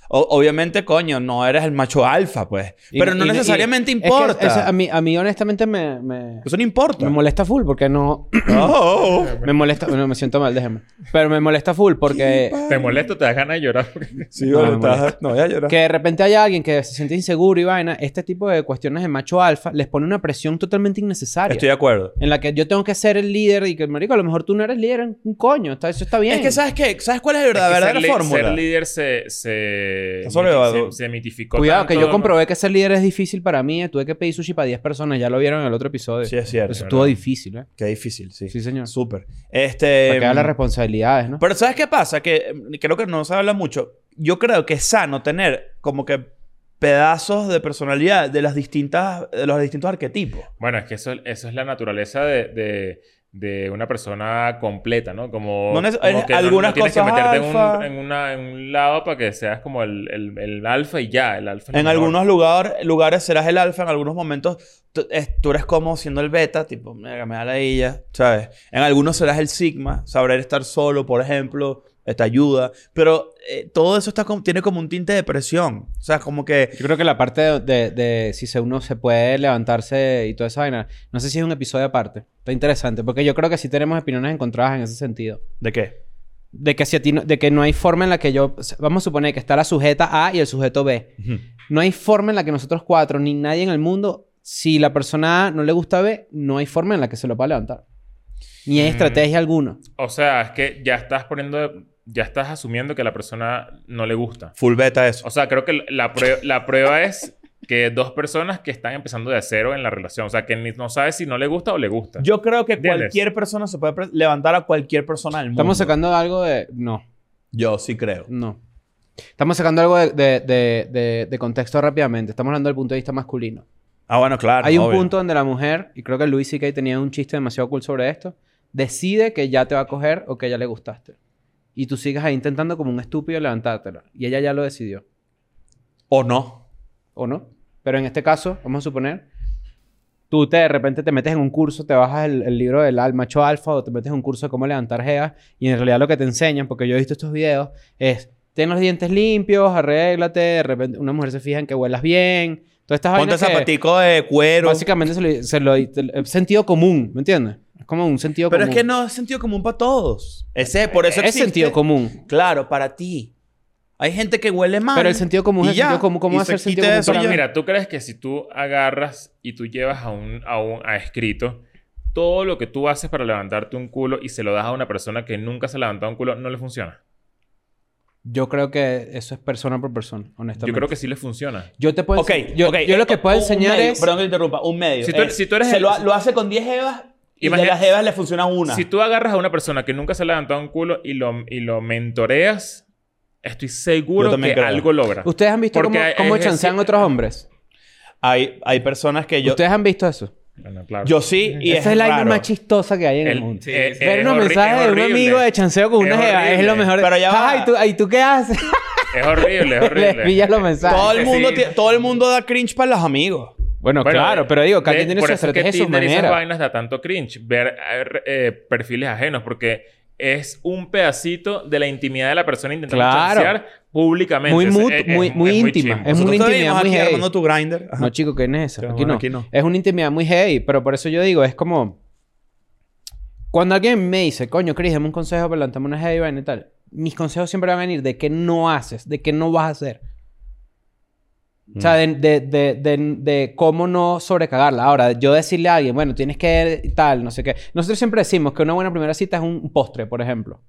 S1: O- obviamente, coño, no eres el macho alfa, pues.
S3: Y-
S1: Pero no
S3: y- y-
S1: necesariamente
S3: es que
S1: importa.
S3: eso a, mí, a mí honestamente me, me,
S1: eso no importa.
S3: me molesta full porque no... (clears throat)
S1: Oh.
S3: me molesta... No, me siento mal, déjame. Pero me molesta full porque...
S2: Te molesto, te das ganas de llorar.
S1: Sí,
S3: No,
S1: vale,
S3: me
S1: estás- no, voy a llorar.
S3: Que de repente haya alguien que se siente inseguro y vaina, este tipo de cuestiones de macho alfa les pone una presión totalmente innecesaria.
S1: Estoy de acuerdo.
S3: En la que yo tengo que ser el líder y que, marico, a lo mejor tú no eres líder en un coño. está- eso está bien.
S1: Es que, ¿sabes qué? ¿Sabes cuál es la verdad-
S2: (laughs) Es que
S1: verdadera
S2: ser li-
S1: fórmula?
S2: Ser líder se... Se,
S1: Está sobrevalorado.
S2: se, se mitificó
S3: Cuidado, que
S2: tanto,
S3: yo
S2: ¿no?
S3: comprobé que ser líder es difícil para mí. eh, Tuve que pedir sushi para 10 personas. Ya lo vieron en el otro episodio.
S1: Sí, es cierto.
S3: eso estuvo difícil, ¿eh?
S1: Qué difícil, sí.
S3: Sí, señor.
S1: Súper. Este...
S3: Porque habla de responsabilidades, ¿no?
S1: Pero ¿sabes qué pasa? Que eh, creo que no se habla mucho. Yo creo que es sano tener como que pedazos de personalidad de las distintas de los distintos arquetipos.
S2: Bueno, es que eso, eso es la naturaleza de, de, de una persona completa, ¿no? Como,
S1: No neces-
S2: como
S1: eres-
S2: que no-
S1: algunas
S2: no tienes que
S1: cosas
S2: meterte en un,
S1: alfa.
S2: en, una, en un lado para que seas como el, el, el alfa y ya, el alfa. es el
S1: En
S2: mejor.
S1: algunos lugar- lugares serás el alfa, en algunos momentos tú, es- tú eres como siendo el beta, tipo, "Mira, me da la illa, ¿sabes? En algunos serás el sigma, saber estar solo, por ejemplo, te ayuda, pero eh, todo eso está como- tiene como un tinte de presión, o sea, como que
S3: Yo creo que la parte de, de- de si se uno se puede levantarse y toda esa vaina, no sé si es un episodio aparte. Está interesante, porque yo creo que sí tenemos opiniones encontradas en ese sentido.
S1: ¿de qué?
S3: De que, si a ti no, de que no hay forma en la que yo... Vamos a suponer que está la sujeta A y el sujeto B. No hay forma en la que nosotros cuatro, ni nadie en el mundo, si la persona A no le gusta B, no hay forma en la que se lo pueda levantar. Ni hay
S2: Mm.
S3: estrategia alguna.
S2: O sea, es que ya estás poniendo ya estás asumiendo que a la persona no le gusta.
S1: Full beta eso.
S2: O sea, creo que la, prue- la prueba es que dos personas que están empezando de cero en la relación. O sea, que ni- no sabes si no le gusta o le gusta.
S1: Yo creo que
S2: ¿Entiendes?
S1: cualquier persona se puede pre- levantar a cualquier persona del mundo.
S3: Estamos sacando algo de... No,
S1: Yo sí creo.
S3: no. Estamos sacando algo de, de- de- de- de contexto rápidamente. Estamos hablando del punto de vista masculino.
S1: Ah, bueno, claro.
S3: Hay un
S1: obvio.
S3: punto donde la mujer, y creo que Luis C.K. tenía un chiste demasiado cool sobre esto, decide que ya te va a coger o que ya le gustaste. Y tú sigues ahí intentando como un estúpido levantártela. Y ella ya lo decidió.
S1: O no.
S3: o no. Pero en este caso, vamos a suponer, tú te, de repente te metes en un curso, te bajas el, el libro del al- macho alfa o te metes en un curso de cómo levantar geas y en realidad lo que te enseñan, porque yo he visto estos videos, es ten los dientes limpios, arréglate, de repente una mujer se fija en que huelas bien, todas estas
S1: Ponte
S3: vainas que
S1: zapatico de cuero.
S3: básicamente se lo, se lo- el sentido común, ¿me entiendes? Es como un sentido
S1: Pero es
S3: común.
S1: que no es sentido común para todos. Ese, por eso
S3: es
S1: existe-
S3: sentido común.
S1: Claro, para ti. Hay gente que huele mal.
S3: Pero el sentido común
S1: y
S3: es el
S1: ya.
S3: sentido común. ¿Cómo
S1: Y
S3: va a
S1: se
S3: ser sentido
S1: quita
S3: común
S1: eso
S3: para
S1: y
S3: mí?
S1: ya.
S2: Mira, ¿tú crees que si tú agarras y tú llevas a un, a un a escrito todo lo que tú haces para levantarte un culo y se lo das a una persona que nunca se ha levantado un culo, no le funciona?
S3: Yo creo que eso es persona por persona, honestamente.
S2: Yo creo que sí le funciona.
S3: Yo te puedo
S1: Ok,
S3: enseñar- yo,
S1: ok.
S3: yo lo que
S1: Eh,
S3: puedo
S1: un
S3: enseñar
S1: medio,
S3: es...
S1: Perdón que te interrumpa. Un medio.
S2: Si tú-
S1: Eh,
S2: si tú eres
S1: se
S2: el-
S1: lo, ha- lo hace con 10 evas y de
S2: Imagina-
S1: las evas le funciona una.
S2: Si tú agarras a una persona que nunca se ha levantado un culo y lo, y lo mentoreas, estoy
S1: Yo
S2: seguro que
S1: también creo.
S2: algo logra.
S3: ¿Ustedes han visto
S2: Porque
S3: cómo, cómo
S2: es- es-
S3: chancean otros hombres?
S1: Hay, hay personas que yo...
S3: ¿Ustedes han visto eso?
S2: Bueno, claro.
S1: Yo sí y
S3: Esa es, la
S1: raro.
S3: vaina más chistosa que hay en el,
S2: El-
S3: mundo.
S4: sí,
S2: eh,
S4: sí.
S2: eh,
S3: Ver unos
S2: es horri-
S3: mensajes
S2: es
S3: de un
S2: horrible.
S3: amigo de chanceo con
S2: Es
S3: una jeva es
S2: horrible.
S3: lo mejor.
S1: Pero ya
S3: Ajá,
S1: va.
S3: ¿y tú, ay, ¿tú qué haces?
S2: Es
S3: (laughs)
S2: horrible, es
S3: Les
S2: horrible.
S3: pillas los mensajes.
S1: Todo el,
S4: Sí.
S1: mundo tie- todo el mundo da cringe para los amigos.
S3: Bueno,
S2: Bueno, eh,
S3: claro, pero digo, cada
S2: de-
S3: quien tiene
S2: por
S3: su
S2: eso es que
S3: estrategia y su
S2: Tinder y esas
S3: manera.
S2: vainas da tanto cringe. Ver eh, re- eh, perfiles ajenos, porque es un pedacito de la intimidad de la persona intentando
S3: Claro.
S2: chancear públicamente.
S3: Muy
S2: Es-
S3: mut-
S2: es- es-
S3: muy-
S2: es
S3: muy íntima.
S2: chimbo.
S3: Es muy
S1: Nosotros
S3: intimidad,
S1: vivimos
S3: muy
S1: aquí
S3: heavy.
S1: armando tu grinder. Ajá.
S3: No, chico, ¿qué es eso?
S1: Pero
S3: Aquí
S1: bueno,
S3: no.
S1: aquí no.
S3: Es una intimidad muy heavy, pero por eso yo digo, es como... Cuando alguien me dice, coño, Chris, dame un consejo para levantarme una heavy vaina y tal. Mis consejos siempre van a venir de qué no haces, de qué no vas a hacer. O sea,
S1: Mm.
S3: de, de, de, de, de cómo no sobrecagarla. Ahora, yo decirle a alguien, bueno, tienes que y tal, no sé qué. Nosotros siempre decimos que una buena primera cita es un postre, por ejemplo.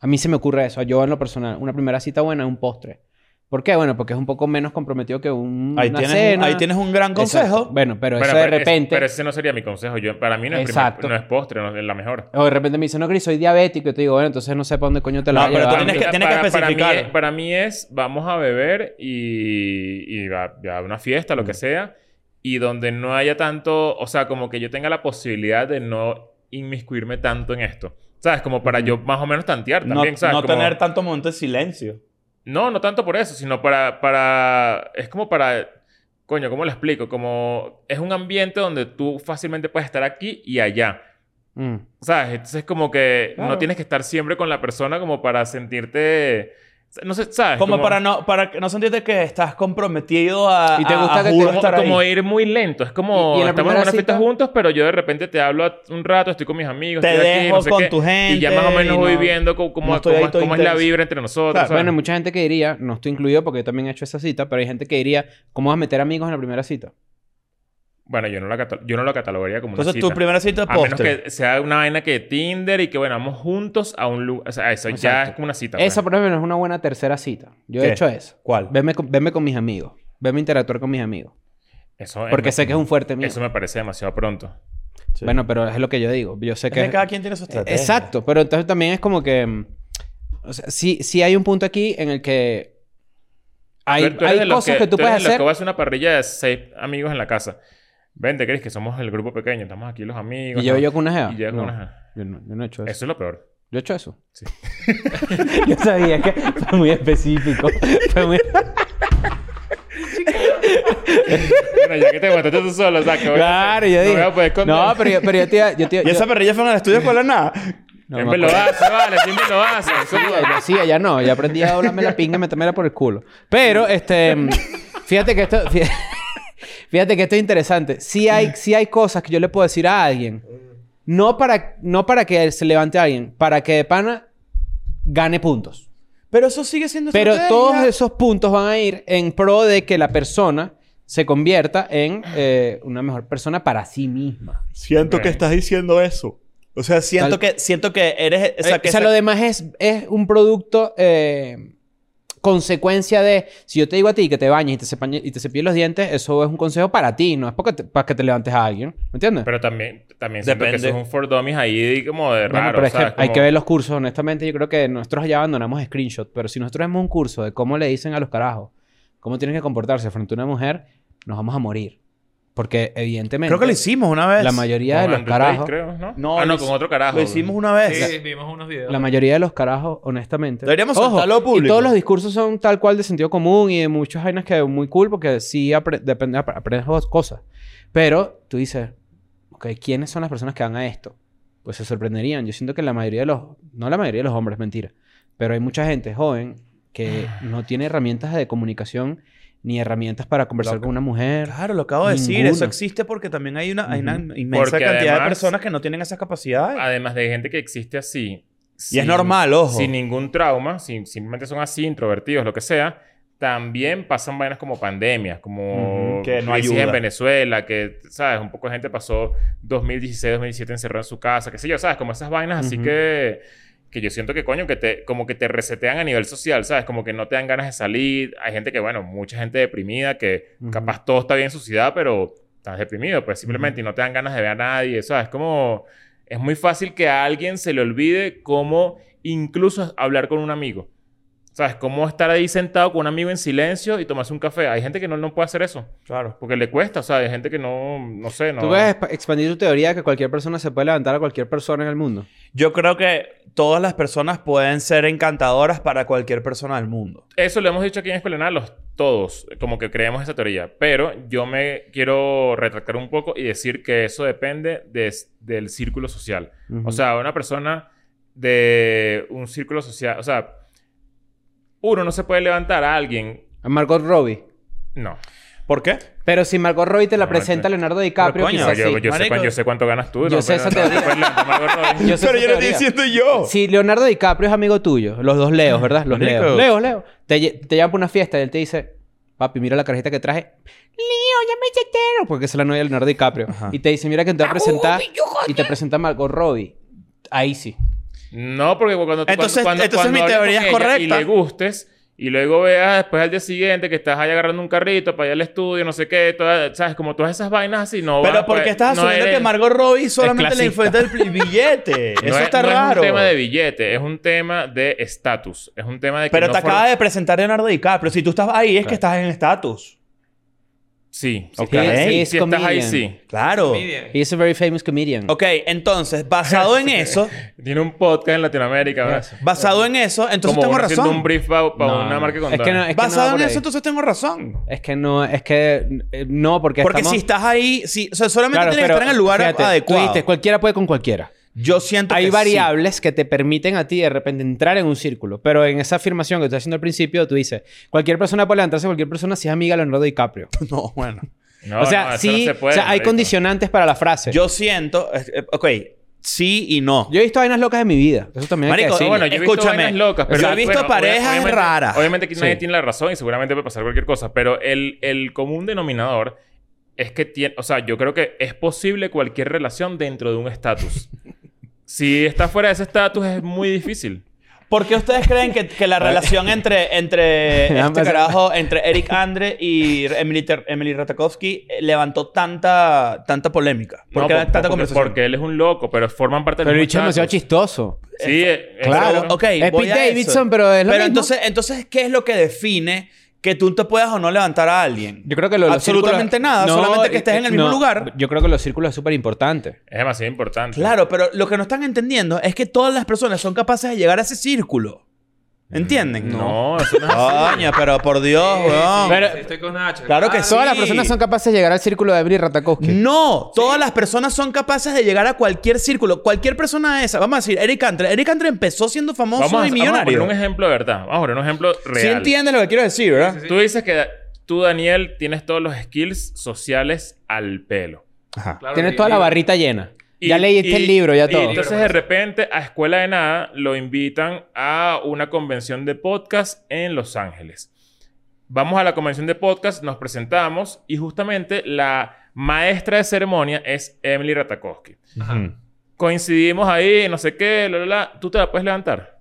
S3: A mí se me ocurre eso. Yo en lo personal, una primera cita buena es un postre. ¿Por qué? Bueno, porque es un poco menos comprometido que un,
S1: Ahí,
S3: una
S1: tienes,
S3: cena.
S1: ahí tienes un gran consejo.
S3: Exacto. Bueno, pero
S2: Bueno,
S3: eso de
S2: pero es-
S3: repente...
S2: pero ese no sería mi consejo. Yo, para mí no es, primer-
S3: Exacto.
S2: no es postre, no es la mejor.
S3: O de repente me dicen, no, Chris, soy diabético. Y te digo, bueno, entonces no sé para dónde coño te la
S1: No,
S3: vas a
S1: pero tú
S3: llevar.
S1: tienes que- tienes que
S2: para- para mí
S1: especificar.
S2: es- Para mí, es, vamos a beber y, y va- ya a una fiesta,
S1: Mm.
S2: lo que sea. Y donde no haya tanto, o sea, como que yo tenga la posibilidad de no inmiscuirme tanto en esto. ¿Sabes? Como para yo más o menos tantear
S1: No-
S2: también, ¿sabes?
S1: no
S2: Como-
S1: tener tanto momento de silencio.
S2: No, no tanto por eso, sino para, para... Es como para... Coño, ¿cómo lo explico? Como... Es un ambiente donde tú fácilmente puedes estar aquí y allá.
S3: Mm.
S2: ¿Sabes? Entonces como que
S1: Claro.
S2: no tienes que estar siempre con la persona como para sentirte... No sé, ¿sabes?
S1: Como, para no para que no sentirte que estás comprometido a
S3: Y te
S1: a-
S3: gusta
S1: a
S3: que te-
S1: juro
S2: Como,
S1: estar ahí.
S2: como ir muy lento. Es como...
S3: Y- y en la
S2: estamos en
S3: primera
S2: una fiesta
S3: cita-
S2: juntos, pero yo de repente te hablo a- un rato, estoy con mis amigos,
S1: Te
S2: estoy aquí,
S1: dejo
S2: no sé
S1: con
S2: qué,
S1: tu
S2: Y ya más o
S1: gente
S2: menos
S1: y
S2: voy
S1: no-
S2: viendo cómo, cómo-
S1: no estoy ahí
S2: cómo-
S1: todo
S2: cómo es la
S1: intenso.
S2: vibra entre nosotros.
S1: Claro,
S2: ¿sabes?
S3: Bueno, mucha gente que diría, no estoy incluido porque yo también he hecho esa cita, pero hay gente que diría, ¿cómo vas a meter amigos en la primera cita?
S2: Bueno, yo no la, cata- yo no la catalogaría como
S1: Entonces
S2: una cita.
S1: tu primera cita es
S2: A menos
S1: postre.
S2: que sea una vaina que Tinder y que, bueno, vamos juntos a un lugar. O sea, eso ya
S3: Exacto.
S2: es como una cita.
S3: Esa,
S2: pues.
S3: por ejemplo, es una buena tercera cita. Yo
S1: ¿Qué?
S3: he hecho eso.
S1: ¿Cuál?
S3: Venme con, venme con mis amigos. Venme a interactuar con mis amigos.
S2: Eso es-
S3: Porque sé que es un fuerte mío.
S2: Eso me parece demasiado pronto.
S1: Sí.
S3: Bueno, pero es lo que yo digo. Yo sé
S1: Es
S3: que... Eh,
S1: que cada quien tiene su estrategia.
S3: Exacto, pero entonces también es como que... mm, O sea, sí, sí hay un punto aquí en el que... Hay,
S2: Tú- tú eres
S3: hay
S2: de los
S3: cosas que, tú puedes
S2: eres de los
S3: hacer.
S2: que vas a hacer una parrilla de seis amigos en la casa. Vente, Chris, que somos el grupo pequeño. Estamos aquí los amigos.
S3: Y llevo
S2: ¿no?
S3: yo con una jeva.
S2: Y llevo
S3: No, pues.
S2: con una-
S3: Yo no, yo no he hecho eso.
S2: Eso es lo peor. (laughs)
S3: Yo he hecho eso.
S2: Sí.
S3: (laughs) yo sabía que fue muy específico. Fue muy...
S2: bueno, ya que te mataste tú solo, o sea, que voy a
S3: Claro,
S2: hacer?
S3: yo
S2: (laughs) No
S3: dije.
S2: voy a poder contar.
S3: No, pero yo, pero yo te iba. Yo te,
S2: (laughs)
S1: ¿Y
S3: yo-
S1: esa perrilla fue en el estudio con la nada?
S3: no, me
S2: siempre lo
S3: acuerdo.
S2: haces, vale, siempre lo haces.
S3: (laughs) Sí, ya- Sí, ya no. Ya aprendí a doblarme la pinga y metérmela por el culo. Pero, este. mm, Fíjate que esto. fí- (laughs) Fíjate que esto es interesante. Sí hay, sí hay cosas que yo le puedo decir a alguien. No para, no para que se levante alguien, para que de pana gane puntos.
S1: Pero eso sigue siendo
S3: Pero
S1: estrategia.
S3: todos esos puntos van a ir en pro de que la persona se convierta en eh, una mejor persona para sí misma.
S1: Siento
S2: Ok.
S1: que estás diciendo eso. O sea, siento
S3: Tal-
S1: que, siento que eres. O sea,
S3: Eh,
S1: que
S3: o
S1: esa-
S3: sea, lo demás es, es un producto eh, consecuencia de... Si yo te digo a ti que te bañes y te, cepañe- y te cepilles los dientes, eso es un consejo para ti. No es porque te- para que te levantes a alguien. ¿Me entiendes?
S2: Pero también, también siento
S1: Depende.
S2: que eso es un for dummies ahí como de
S3: Bueno,
S2: raro,
S3: pero es
S2: ¿sabes?
S3: que hay
S2: Como-
S3: que ver los cursos. Honestamente, yo creo que nosotros ya abandonamos screenshot. Pero si nosotros hacemos un curso de cómo le dicen a los carajos, cómo tienen que comportarse frente a una mujer, nos vamos a morir. Porque evidentemente...
S1: Creo que lo hicimos una vez.
S3: La mayoría de
S2: con
S3: los
S2: Andrew Tate,
S3: carajos...
S2: creo, ¿no?
S1: No,
S2: Ah,
S1: lo
S2: no,
S1: hic-
S2: con otro carajo.
S1: Lo hicimos una vez.
S4: Sí, vimos unos videos.
S3: La mayoría de los carajos, honestamente.
S1: Deberíamos
S3: Ojo,
S1: soltarlo al público.
S3: Y todos los discursos son tal cual de sentido común y de muchas vainas que muy cool porque sí apre- depende, ap- aprendes dos cosas. Pero tú dices, ok, ¿quiénes son las personas que van a esto? Pues se sorprenderían. Yo siento que la mayoría de los, no la mayoría de los hombres, mentira, pero hay mucha gente joven que no tiene herramientas de comunicación ni herramientas para conversar
S1: Loca.
S3: con una mujer.
S1: Claro, lo acabo de decir.
S3: Ninguna.
S1: Eso existe porque también hay una, hay una
S3: Ujú.
S1: inmensa
S2: Porque
S1: cantidad de
S2: además- Ah.
S1: personas que no tienen esas capacidades.
S2: Además de gente que existe así.
S1: y es normal, ojo.
S2: Sin ningún trauma, sin- simplemente son así, introvertidos, lo que sea. También pasan vainas como pandemias, como
S1: Ujú, que no
S2: crisis
S1: ayuda.
S2: en Venezuela, que, ¿sabes? Un poco de gente pasó 2016, 2017 encerrada en su casa, qué sé yo, ¿sabes? Como esas vainas así
S3: Ujú.
S2: que, que yo siento que, coño, que te, como que te resetean a nivel social, ¿sabes? Como que no te dan ganas de salir. Hay gente que, bueno, mucha gente deprimida, que
S3: Ujú.
S2: capaz todo está bien en su ciudad, pero estás deprimido, pues simplemente, y no te dan ganas de ver a nadie, ¿sabes? Como... Es muy fácil que a alguien se le olvide cómo incluso hablar con un amigo. ¿Sabes? Cómo estar ahí sentado con un amigo en silencio y tomarse un café. Hay gente que no, no puede hacer eso.
S1: Claro.
S2: Porque le cuesta. O sea, hay gente que no... No sé, no...
S3: Tú puedes expa- expandir tu teoría de que cualquier persona se puede levantar a cualquier persona en el mundo.
S1: Yo creo que todas las personas pueden ser encantadoras para cualquier persona del mundo.
S2: Eso lo hemos dicho aquí en Escuela los todos. Como que creemos esa teoría. Pero yo me quiero retractar un poco y decir que eso depende de- del círculo social. O
S3: Ujú.
S2: sea, una persona de un círculo social... O sea, uno no se puede levantar a alguien...
S3: Margot Robbie.
S2: No.
S1: ¿Por qué?
S3: Pero si Margot Robbie te la
S2: No,
S3: presenta
S2: no.
S3: Leonardo DiCaprio,
S1: Pero coño,
S3: quizás
S2: yo,
S3: sí.
S2: yo sé,
S1: Marico.
S2: cuán- yo sé cuánto ganas tú. pues,
S3: Yo sé esa
S2: te
S3: teoría.
S2: puedes levantar, Margot Robbie.
S3: Yo sé
S1: Pero (laughs)
S3: esa
S1: yo lo estoy
S3: teoría.
S1: diciendo yo.
S3: Si Leonardo DiCaprio es amigo tuyo, los dos Leos, ¿verdad? Los
S1: Marico.
S3: Leos. Leo, Leo. Te, lle- te llaman para una fiesta y él te dice, papi, mira la carajita que traje. Leo, ya me llegaron. Porque esa es la novia de Leonardo DiCaprio.
S1: Ajá.
S3: Y te dice, mira que te va a presentar. Y te presenta Margot Robbie. Ahí sí.
S2: No, porque cuando tú-
S1: Entonces-
S2: cuando, cuando,
S1: entonces
S2: cuando
S1: mi
S2: hables
S1: teoría
S2: con
S1: es
S2: ella
S1: correcta.
S2: Y le gustes, y luego veas después al día siguiente que estás ahí agarrando un carrito para ir al estudio, no sé qué, toda- ¿sabes? Como todas esas vainas así, no
S1: Pero
S2: van,
S1: porque
S2: pues,
S1: estás
S2: no
S1: asumiendo
S2: eres-
S1: que Margot Robbie solamente le
S3: clasista.
S1: influencia el pli- billete.
S2: no
S1: Eso
S2: es-
S1: está
S2: no
S1: raro.
S2: es un tema de billete, es un tema de estatus. Es un tema de que
S1: Pero
S2: no
S1: te
S2: forma-
S1: acaba de presentar Leonardo DiCaprio. Si tú estás ahí, es que estás en estatus.
S2: Sí, sí,
S1: Ok.
S2: claro, sí,
S3: He is
S2: si estás ahí,
S3: comedian.
S2: sí.
S1: Claro.
S4: Comedian.
S3: He is a very famous comedian.
S1: Ok, entonces, basado en eso,
S2: Tiene un podcast en Latinoamérica, ¿verdad?
S3: Eso.
S1: basado en eso, entonces
S2: Como
S1: tengo
S2: uno haciendo un
S1: razón.
S2: brief para
S3: No,
S2: una
S3: no.
S2: marca con
S3: Es que no, es que no va
S1: Basado
S3: por
S1: en
S3: ahí.
S1: eso, entonces tengo razón.
S3: Es que no, es que eh, no, porque,
S1: Porque
S3: estamos...
S1: si estás ahí, si, o sea, solamente
S3: Claro,
S1: tienes que
S3: pero
S1: estar en el lugar
S3: fíjate, tú
S1: adecuado.
S3: dijiste, cualquiera puede con cualquiera.
S1: Yo siento que
S3: Hay
S1: sí.
S3: variables que te permiten a ti de repente entrar en un círculo. Pero en esa afirmación que estás haciendo al principio, tú dices, cualquier persona puede levantarse, cualquier persona si es amiga de Leonardo DiCaprio.
S1: (laughs) No, bueno.
S2: No,
S3: eh, o sea,
S2: no, eso
S3: sí,
S2: no se
S3: o
S2: puede,
S3: sea, hay
S2: marico.
S3: condicionantes para la frase. Yo,
S1: Yo siento, eh, eh, ok, sí y no.
S3: he visto vainas locas de mi vida. Eso también hay que
S1: Marico,
S3: decirlo.
S1: bueno,
S2: yo he visto
S1: Escúchame,
S2: vainas locas, pero
S1: yo he visto
S2: bueno, obvia-
S1: parejas
S2: obviamente-
S1: raras.
S2: Obviamente que nadie
S3: Sí.
S2: tiene la razón y seguramente puede pasar cualquier cosa, pero el, el común denominador es que tiene, o sea, yo creo que es posible cualquier relación dentro de un
S3: (laughs)
S2: estatus. si estás fuera de ese estatus es muy difícil.
S1: ¿Por qué ustedes creen que, que la relación entre, entre este
S3: Ambas-
S1: carajo, entre Eric Andre y Emily, Ter- Emily Ratajkowski eh, levantó tanta, tanta polémica? ¿Por
S2: No,
S1: qué
S2: por-
S1: tanta
S2: porque,
S1: conversación?
S2: porque él es un loco, pero forman parte
S3: pero
S2: del
S3: el
S2: mismo
S3: bicho es demasiado
S2: estatus.
S3: chistoso.
S2: Sí, eh,
S3: Claro.
S2: eso-
S1: Ok,
S3: Es
S1: voy
S3: Pete
S1: a eso.
S3: Davidson, pero es lo mismo.
S1: entonces, entonces, ¿qué es lo que define que tú te puedas o no levantar a alguien?
S3: Yo creo que lo, los
S1: Absolutamente
S3: círculos-
S1: nada,
S3: No,
S1: solamente que estés en el mismo
S3: no,
S1: lugar.
S3: Yo creo que los círculos es súper importante.
S2: Es demasiado importante.
S1: Claro, pero lo que no están entendiendo es que todas las personas son capaces de llegar a ese círculo. ¿Entienden?
S2: No, eso no es así.
S1: Coño, pero por Dios,
S4: (laughs) Sí,
S1: weón.
S4: sí,
S3: Pero-
S4: sí, estoy con Nacho. Ah,
S1: Claro que
S4: sí.
S1: sí.
S3: Todas las personas son capaces de llegar al círculo de Emily Ratajkowski.
S1: No, todas las personas son capaces de llegar a cualquier círculo. Cualquier persona esa. Vamos a decir, Eric Andre. Eric Andre empezó siendo famoso
S2: Vamos a,
S1: y
S2: vamos a
S1: millonario.
S2: poner un ejemplo de verdad. Vamos a poner un ejemplo
S1: Sí
S2: real.
S1: entiendes lo que quiero decir, ¿verdad?
S4: Sí, sí, sí.
S2: Tú dices que tú, Daniel, tienes todos los skills sociales al pelo.
S4: Claro,
S3: Tienes
S4: y-
S3: toda la
S4: y-
S3: barrita llena.
S2: Y-
S3: ya leíste
S2: y-
S3: el libro, ya
S2: y
S3: todo.
S2: entonces de repente a Escuela de Nada lo invitan a una convención de podcast en Los Ángeles. Vamos a la convención de podcast, nos presentamos y justamente la maestra de ceremonia es Emily Ratajkowski.
S4: Ajá.
S2: coincidimos ahí, no sé qué, bla, bla, bla, tú te la puedes levantar.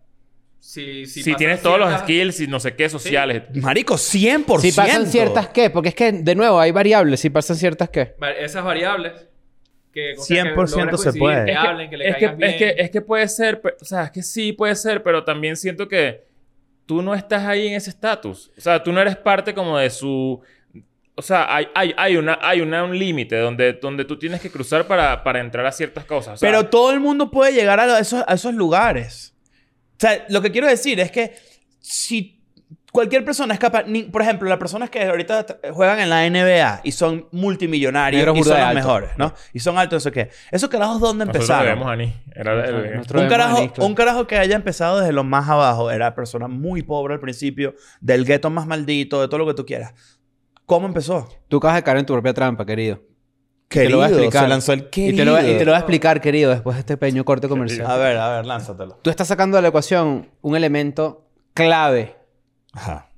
S4: Si, si
S2: Si,
S4: pasan
S2: tienes todos los
S4: ciertas-
S2: skills y no sé qué sociales.
S1: Marico, 100%.
S3: Si pasan ciertas qué, porque es que, de nuevo, hay variables. Si pasan ciertas qué.
S4: va- Esas variables. Que, o sea, que
S1: 100%
S4: logres
S1: se
S4: coincidir,
S1: puede.
S4: Que
S1: Es
S4: hablen, que le
S2: es, que,
S4: caigas bien.
S2: es, que, es que puede ser, pe- o sea, es que sí puede ser, pero también siento que tú no estás ahí en ese estatus. O sea, tú no eres parte como de su... O sea, hay, hay, hay, una, hay una, un límite donde, donde tú tienes que cruzar para, para entrar a ciertas cosas. O sea,
S1: Pero todo el mundo puede llegar a esos, a esos lugares. O sea, lo que quiero decir es que si cualquier persona es capaz, ni- por ejemplo, las personas que ahorita t- juegan en la NBA y son multimillonarios
S3: Negros
S1: y
S3: burda
S1: son
S3: de
S1: los
S3: alto.
S1: mejores, ¿no? Y son altos, no sé qué. ¿Esos carajos dónde
S2: nosotros
S1: empezaron?
S2: debemos a Ni. Era el- el-
S3: Nuestro
S1: Un
S3: hermano,
S1: carajo,
S3: claro.
S1: un carajo que haya empezado desde lo más abajo, era persona muy pobre al principio, del gueto más maldito, de todo lo que tú quieras. ¿Cómo empezó?
S3: Tú acabas de caer en tu propia trampa, querido. te lo
S1: Querido,
S3: voy a explicar.
S1: se lanzó el
S3: Y te, lo, voy- y te lo
S1: querido.
S3: voy a explicar, querido, después de este pequeño corte
S1: A
S3: comercial.
S1: ver, a ver, lánzatelo.
S3: Tú estás sacando de la ecuación un elemento clave.
S1: Ajá.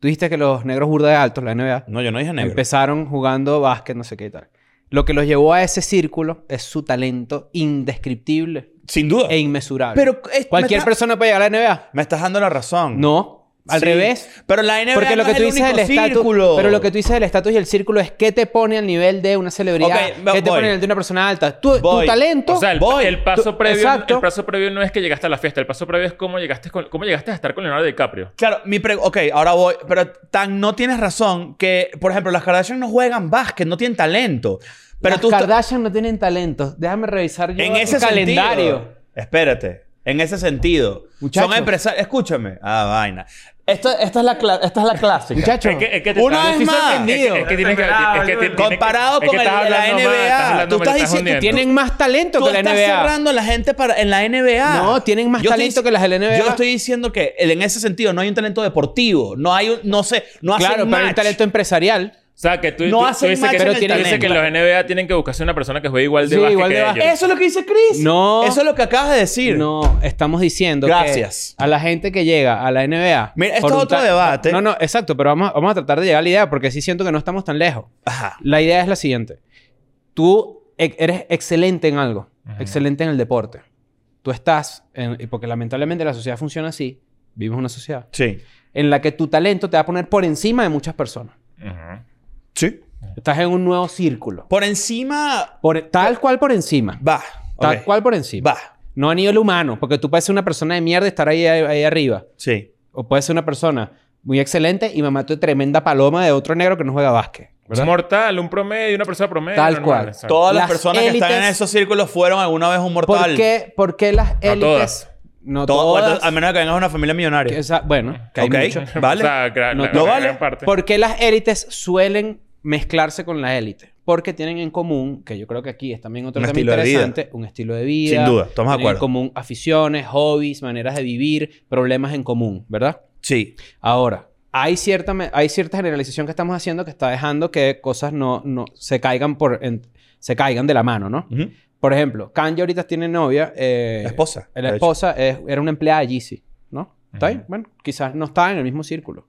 S3: Tú dijiste que los negros burda de altos, la NBA,
S1: No, yo no dije negro.
S3: empezaron jugando básquet, no sé qué y tal. Lo que los llevó a ese círculo es su talento indescriptible
S1: Sin duda.
S3: e inmesurable.
S1: Pero es- me
S3: ¿Cualquier
S1: está-
S3: persona puede llegar a la NBA?
S1: Me estás dando la razón.
S3: No. Al
S1: Sí.
S3: revés.
S1: Pero la NBA
S3: Porque lo
S1: no
S3: que
S1: es
S3: tú
S1: el
S3: dices del
S1: único
S3: estatus,
S1: círculo.
S3: pero lo que tú dices del estatus y el círculo es qué te pone al nivel de una celebridad,
S1: Ok, va-
S3: qué te
S1: voy.
S3: pone al nivel de una persona alta. Tú- tu
S1: Voy.
S3: talento,
S2: O sea, el,
S1: Voy.
S2: el paso
S3: Tú-
S2: previo,
S3: exacto.
S2: el paso previo no es que llegaste a la fiesta, el paso previo es cómo llegaste, con- cómo llegaste a estar con Leonardo DiCaprio.
S1: Claro, mi pre... Ok, ahora voy. Pero tan no tienes razón que, por ejemplo, las Kardashian no juegan básquet, no tienen talento. Pero
S3: las
S1: tú... estás-
S3: Kardashian no tienen talento. Déjame revisar yo
S1: En
S3: el
S1: ese
S3: calendario.
S1: sentido. Espérate. En ese sentido.
S3: Muchachos.
S1: Son empresarios. Escúchame. Ah, vaina. Esta, esta es, la cla- esta es la clásica.
S3: Muchachos,
S2: Es que- es que te-
S1: Una
S2: yo
S1: vez
S2: estoy
S1: más.
S2: Es que, es que tienes que... es que tienes que-
S1: Comparado
S2: es que
S1: con el
S2: estás
S1: de la
S2: hablando mal,
S1: NBA,
S2: estás hablando
S1: tú
S2: mal,
S1: estás diciendo que
S2: hundiendo.
S3: tienen más talento
S1: Tú
S3: que la
S1: estás
S3: NBA.
S1: cerrando a la gente para, en la NBA.
S3: No, tienen más talento
S1: dic-
S3: que las de la NBA.
S1: Yo estoy diciendo que el- en ese sentido no hay un talento deportivo. No hay un, no sé, no hacen
S3: Claro, pero hay
S1: match.
S3: un talento empresarial.
S2: O sea, que tú,
S1: No
S2: tú- tú
S1: hacen
S2: dices que,
S1: match
S3: en
S2: tú
S3: el
S2: dices que los
S1: talento.
S2: NBA tienen que buscarse una persona que juegue igual de
S3: Sí,
S2: básquet
S3: igual
S2: que
S3: de
S2: ellos.
S3: básquet.
S1: Eso es lo que dice Chris.
S3: No.
S1: Eso es lo que acabas de decir.
S3: No, estamos diciendo que
S1: Gracias.
S3: a la gente que llega a la NBA.
S1: Mira, esto
S3: por
S1: es
S3: un
S1: otro
S3: ta-
S1: debate.
S3: No, no, exacto, pero vamos, vamos a tratar de llegar a la idea porque sí siento que no estamos tan lejos.
S1: Ajá.
S3: La idea es la siguiente. Tú e- eres excelente en algo,
S2: Ujú.
S3: excelente en el deporte. Tú estás, en- y porque lamentablemente la sociedad funciona así, vivimos en una sociedad,
S1: Sí.
S3: en la que tu talento te va a poner por encima de muchas personas.
S2: Ujú.
S1: Sí.
S3: Estás en un nuevo círculo.
S1: Por encima
S3: Por- tal cual por encima.
S1: va.
S3: Tal
S1: Ok.
S3: cual por encima.
S1: Va.
S3: No a nivel humano, porque tú puedes ser una persona de mierda y estar ahí, ahí, ahí arriba.
S1: Sí.
S3: O puedes ser una persona muy excelente y me mató de tremenda paloma de otro negro que no juega básquet.
S2: Es mortal, un promedio, una persona promedio.
S3: Tal
S2: normal,
S3: cual.
S2: exacto.
S1: Todas las,
S3: Las
S1: personas que están en
S3: élites-
S1: esos círculos fueron alguna vez un mortal.
S3: ¿Por qué, por qué las élites?
S2: todas.
S3: No
S1: Todo-
S3: todas.
S1: A menos que vengas de una familia millonaria.
S3: Esa- bueno, que hay
S1: Ok.
S3: mucho.
S1: Vale.
S2: (laughs) O sea, gra-
S3: No-
S2: la-
S1: no
S2: la
S1: vale.
S2: gran parte.
S3: ¿Por qué las élites suelen mezclarse con la élite? Porque tienen en común, que yo creo que aquí es también otro
S1: Un
S3: tema
S1: estilo de vida.
S3: interesante, un estilo de vida.
S1: Sin duda, estamos de
S3: tienen
S1: acuerdo.
S3: en común aficiones, hobbies, maneras de vivir, problemas en común, ¿verdad?
S1: Sí.
S3: Ahora, hay cierta, me- hay cierta generalización que estamos haciendo que está dejando que cosas no, no se caigan por en- se caigan de la mano, ¿no?
S1: Ujú.
S3: Por ejemplo, Kanye ahorita tiene novia. eh,
S1: La esposa. de
S3: La
S1: hecho.
S3: esposa es- era una empleada de Yeezy, ¿no? ¿Está bien?
S2: Ujú.
S3: Bueno, quizás no está en el mismo círculo.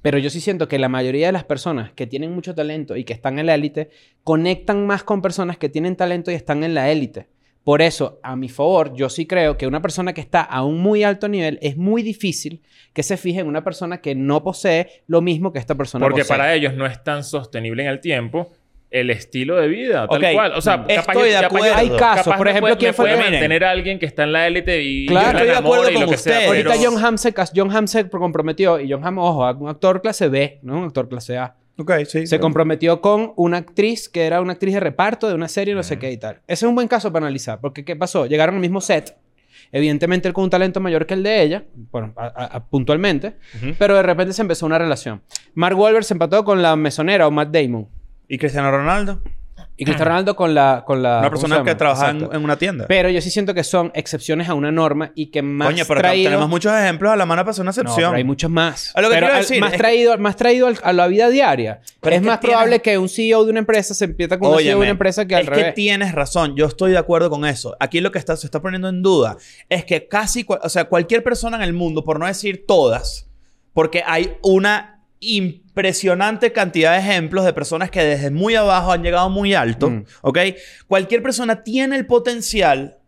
S3: Pero yo sí siento que la mayoría de las personas que tienen mucho talento y que están en la élite conectan más con personas que tienen talento y están en la élite. Por eso, a mi favor, yo sí creo que una persona que está a un muy alto nivel es muy difícil que se fije en una persona que no posee lo mismo que esta persona
S2: Porque
S3: posee.
S2: para ellos no es tan sostenible en el tiempo el estilo de vida, tal
S1: Ok.
S2: cual. O sea, capaz
S1: Estoy
S2: yo-
S1: de
S2: capaz yo-
S1: acuerdo.
S3: Hay casos,
S2: capaz
S3: por
S2: me
S3: ejemplo,
S2: puede-
S3: ¿quién
S2: me
S3: fue?
S2: puede
S1: Miren.
S2: mantener a alguien que está en la élite y
S3: Claro.
S2: yo la
S1: Estoy de
S2: enamoro
S1: acuerdo
S2: y lo
S1: con
S2: que sea,
S1: ustedes.
S2: pero-
S3: Ahorita John Hamm se, cas- John Hamm se comprometió y John Hamm, ojo, un actor clase B, no un actor clase A.
S1: Ok, sí.
S3: Se comprometió con una actriz que era una actriz de reparto de una serie, no
S1: Ah.
S3: sé qué y tal. Ese es un buen caso para analizar, porque ¿qué pasó? Llegaron al mismo set. Evidentemente él con un talento mayor que el de ella, bueno, a- a- a- puntualmente,
S1: Ujú.
S3: pero de repente se empezó una relación. Mark Wahlberg se empató con la mesonera o Matt Damon.
S1: ¿Y Cristiano Ronaldo?
S3: Y Cristiano Ronaldo con la... Con la
S1: Ah. Una
S3: Ah, ¿cómo se
S1: persona
S3: llama?
S1: que trabajaba en,
S3: Exacto.
S1: en una tienda.
S3: Pero yo sí siento que son excepciones a una norma y que más
S1: Coño, pero
S3: traído...
S1: tenemos muchos ejemplos a la mano para hacer una
S3: No,
S1: excepción.
S3: pero hay muchos más.
S1: A lo que
S3: Pero
S1: quiero
S3: al-
S1: decir
S3: más,
S1: es-
S3: traído, más traído al- a la vida diaria.
S1: Pero es
S3: es
S1: que
S3: más
S1: tienes-
S3: probable que un CEO de una empresa se empiece con un CEO de
S1: Óyeme,
S3: una empresa que al
S1: es que
S3: revés.
S1: tienes razón. Yo estoy de acuerdo con eso. Aquí lo que está, se está poniendo en duda es que casi, cual- o sea, cualquier persona en el mundo, por no decir todas, porque hay una impresionante cantidad de ejemplos de personas que desde muy abajo han llegado muy alto,
S3: Mm.
S1: ¿ok? Cualquier persona tiene el potencial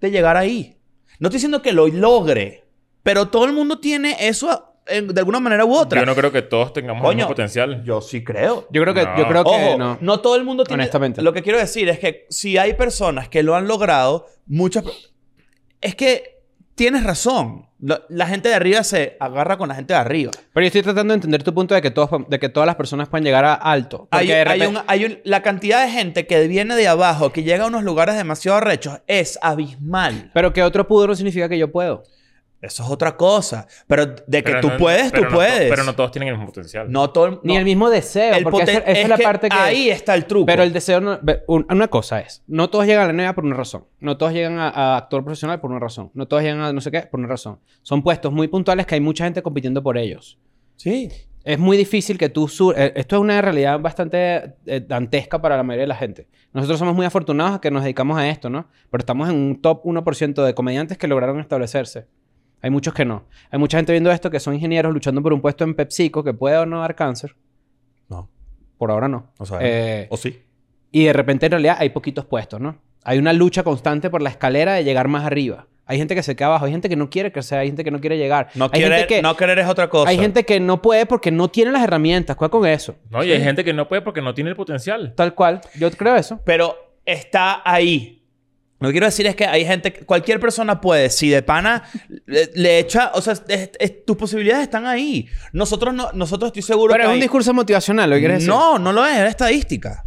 S1: de llegar ahí. No estoy diciendo que lo logre, pero todo el mundo tiene eso a- en- de alguna manera u otra.
S2: Yo no creo que todos tengamos el
S1: Coño.
S2: mismo potencial.
S1: Yo sí creo.
S3: Yo creo que,
S2: No.
S3: yo creo que
S1: Ojo,
S3: no.
S1: no. todo el mundo tiene.
S3: Honestamente.
S1: Lo que quiero decir es que si hay personas que lo han logrado, muchas. Es que tienes razón. Lo- La gente de arriba se agarra con la gente de arriba.
S3: Pero yo estoy tratando de entender tu punto de que, todos, pon- de que todas las personas pueden llegar a alto. Porque
S1: Hay,
S3: de
S1: hay
S3: repente-
S1: un- hay un- la cantidad de gente que viene de abajo, que llega a unos lugares demasiado rechos, es abismal.
S3: Pero que otro pudo no significa que yo puedo.
S1: Eso es otra cosa. Pero de que
S2: Pero
S1: tú
S2: no-
S1: puedes, tú
S2: pero no to-
S1: puedes.
S2: pero no todos tienen el mismo potencial.
S1: No todo el-
S3: Ni
S1: no.
S3: el mismo deseo.
S1: El
S3: porque esa,
S1: poten-
S3: esa es, la
S1: que
S3: parte que...
S1: Ahí está el truco.
S3: Pero el deseo... no- ve, un- una cosa es... No todos llegan a la NBA por una razón. No todos llegan a, a actor profesional por una razón. No todos llegan a no sé qué por una razón. Son puestos muy puntuales que hay mucha gente compitiendo por ellos.
S1: Sí.
S3: Es muy difícil que tú... sur- eh, Esto es una realidad bastante eh, dantesca para la mayoría de la gente. Nosotros somos muy afortunados que nos dedicamos a esto, ¿no? Pero estamos en un top 1% de comediantes que lograron establecerse. Hay muchos que no. Hay mucha gente viendo esto que son ingenieros luchando por un puesto en PepsiCo que puede o no dar cáncer.
S1: No.
S3: Por ahora no.
S1: No sabemos.
S3: Eh,
S1: ¿O sí?
S3: y de repente en realidad hay poquitos puestos, ¿no? Hay una lucha constante por la escalera de llegar más arriba. Hay gente que se queda abajo, hay gente que no quiere crecer, hay gente que no quiere llegar.
S1: No
S3: hay
S1: querer,
S3: gente que,
S1: no querer es otra cosa.
S3: hay gente que no puede porque no tiene las herramientas. ¿Cuál con eso?
S2: No, y hay gente que no puede porque no tiene el potencial.
S3: Tal cual. Yo creo eso.
S1: pero está ahí. Lo que quiero decir es que hay gente, cualquier persona puede, si de pana le, le echa, o sea, es- es- tus posibilidades están ahí. Nosotros no, nosotros estoy seguro
S3: Pero
S1: que
S3: es un
S1: hay-
S3: discurso motivacional, ¿lo que quieres decir?
S1: No, no lo es, es estadística.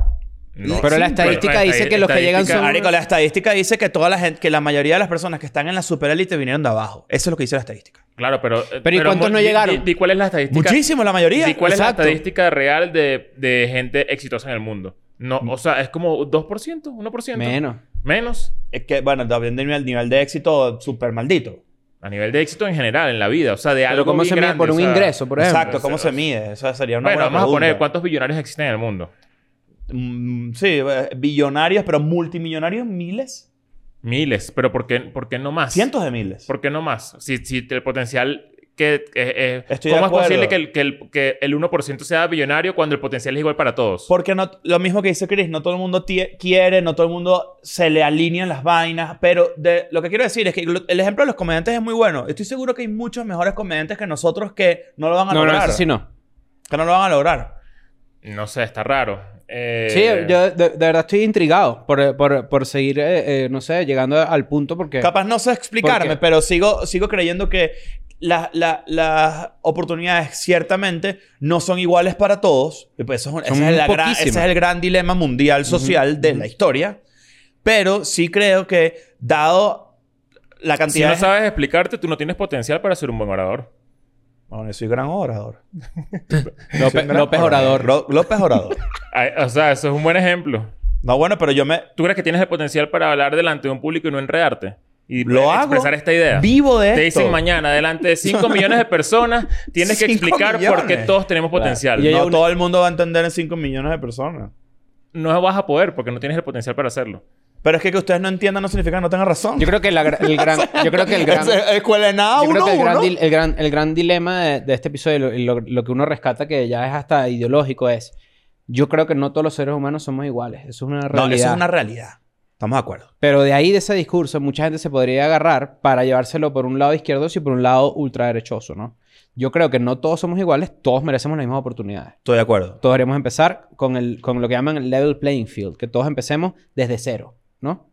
S2: No,
S3: Pero la estadística
S2: la
S3: dice que los que llegan
S2: estadística-
S3: son-
S1: Marico, la estadística dice que toda la gente, que la mayoría de las personas que están en la superélite vinieron de abajo. Eso es lo que dice la estadística.
S2: Claro, pero...
S3: Pero ¿y cuántos
S2: mu-
S3: no
S2: di-
S3: llegaron?
S2: di- di cuál es la estadística...
S1: Muchísimo, la mayoría.
S2: ¿Y cuál
S3: Exacto.
S2: es la estadística real de, de gente exitosa en el mundo? No, o sea, es como 2%, 1%.
S3: Mm. Menos.
S2: Menos.
S1: Es que, bueno, también el nivel de éxito súper maldito.
S2: A nivel de éxito en general, en la vida. O sea, de algo
S3: Pero ¿cómo
S2: bien
S3: se mide
S2: grande,
S3: por
S2: o
S3: un
S2: sea-
S3: ingreso, por ejemplo?
S1: Exacto, ¿cómo se mide? Eso sería una
S2: bueno,
S1: buena
S2: vamos a poner
S1: pregunta.
S2: cuántos billonarios existen en el mundo.
S1: Mm, sí, eh, billonarios, pero multimillonarios, miles.
S2: Miles. Pero ¿por qué, por qué no más?
S1: Cientos de miles.
S2: ¿Por qué no más? Si, si el potencial que... eh, eh,
S1: Estoy de
S2: ¿Cómo es
S1: acuerdo.
S2: posible que el, que, el, que el 1% sea billonario cuando el potencial es igual para todos?
S1: Porque no, lo mismo que dice Chris, no todo el mundo tie- quiere, no todo el mundo se le alinean las vainas, pero de, lo que quiero decir es que lo- el ejemplo de los comediantes es muy bueno. Estoy seguro que hay muchos mejores comediantes que nosotros que no lo van a
S3: No, no,
S1: lograr.
S3: eso sí no.
S1: Que no lo van a lograr.
S2: No sé, está raro. Eh,
S3: Sí, yo de, de verdad estoy intrigado por, por, por seguir, eh, eh, no sé, llegando al punto porque...
S1: Capaz no sé explicarme,
S3: Porque-
S1: pero sigo, sigo creyendo que la- la- las oportunidades ciertamente no son iguales para todos. Y pues eso es un-
S3: Son
S1: ese, es la gran-
S3: poquísimas.
S1: ese es el gran dilema mundial social de la historia. Pero sí creo que, dado la
S2: Si
S1: cantidad
S2: no
S1: de-
S2: sabes explicarte, tú no tienes potencial para ser un buen orador.
S1: Bueno, yo soy gran orador.
S3: López, López Orador.
S1: Ro- López Orador.
S2: Ay, O sea, eso es un buen ejemplo.
S1: No, bueno, pero yo me...
S2: ¿Tú crees que tienes el potencial para hablar delante de un público y no enredarte? Y
S1: Lo hago.
S2: expresar esta idea.
S1: Vivo de
S2: Te
S1: esto.
S2: dicen mañana, delante de 5 millones de personas, tienes que
S1: Cinco
S2: explicar por qué
S1: millones.
S2: todos tenemos potencial.
S3: Y hay
S1: No
S3: una-
S1: todo el mundo va a entender en 5 millones de personas.
S2: No, no vas a poder porque no tienes el potencial para hacerlo.
S1: Pero es que que ustedes no entiendan no significa que no tengan razón.
S3: Yo creo que la gra- el gran... Yo creo que el (laughs) gran...
S1: Es- es escuela de nada,
S3: Yo creo
S1: uno
S3: que el gran,
S1: uno.
S3: dil- el gran, el gran dilema de, de este episodio, lo, lo- lo que uno rescata que ya es hasta ideológico, es yo creo que no todos los seres humanos somos iguales. Eso es una realidad.
S1: No, eso es una realidad. Estamos de acuerdo.
S3: Pero de ahí de ese discurso, mucha gente se podría agarrar para llevárselo por un lado izquierdoso y por un lado ultraderechoso, ¿no? Yo creo que no todos somos iguales, todos merecemos las mismas oportunidades.
S1: Estoy de acuerdo.
S3: Todos deberíamos empezar con, el, con lo que llaman el level playing field, que todos empecemos desde cero, ¿no?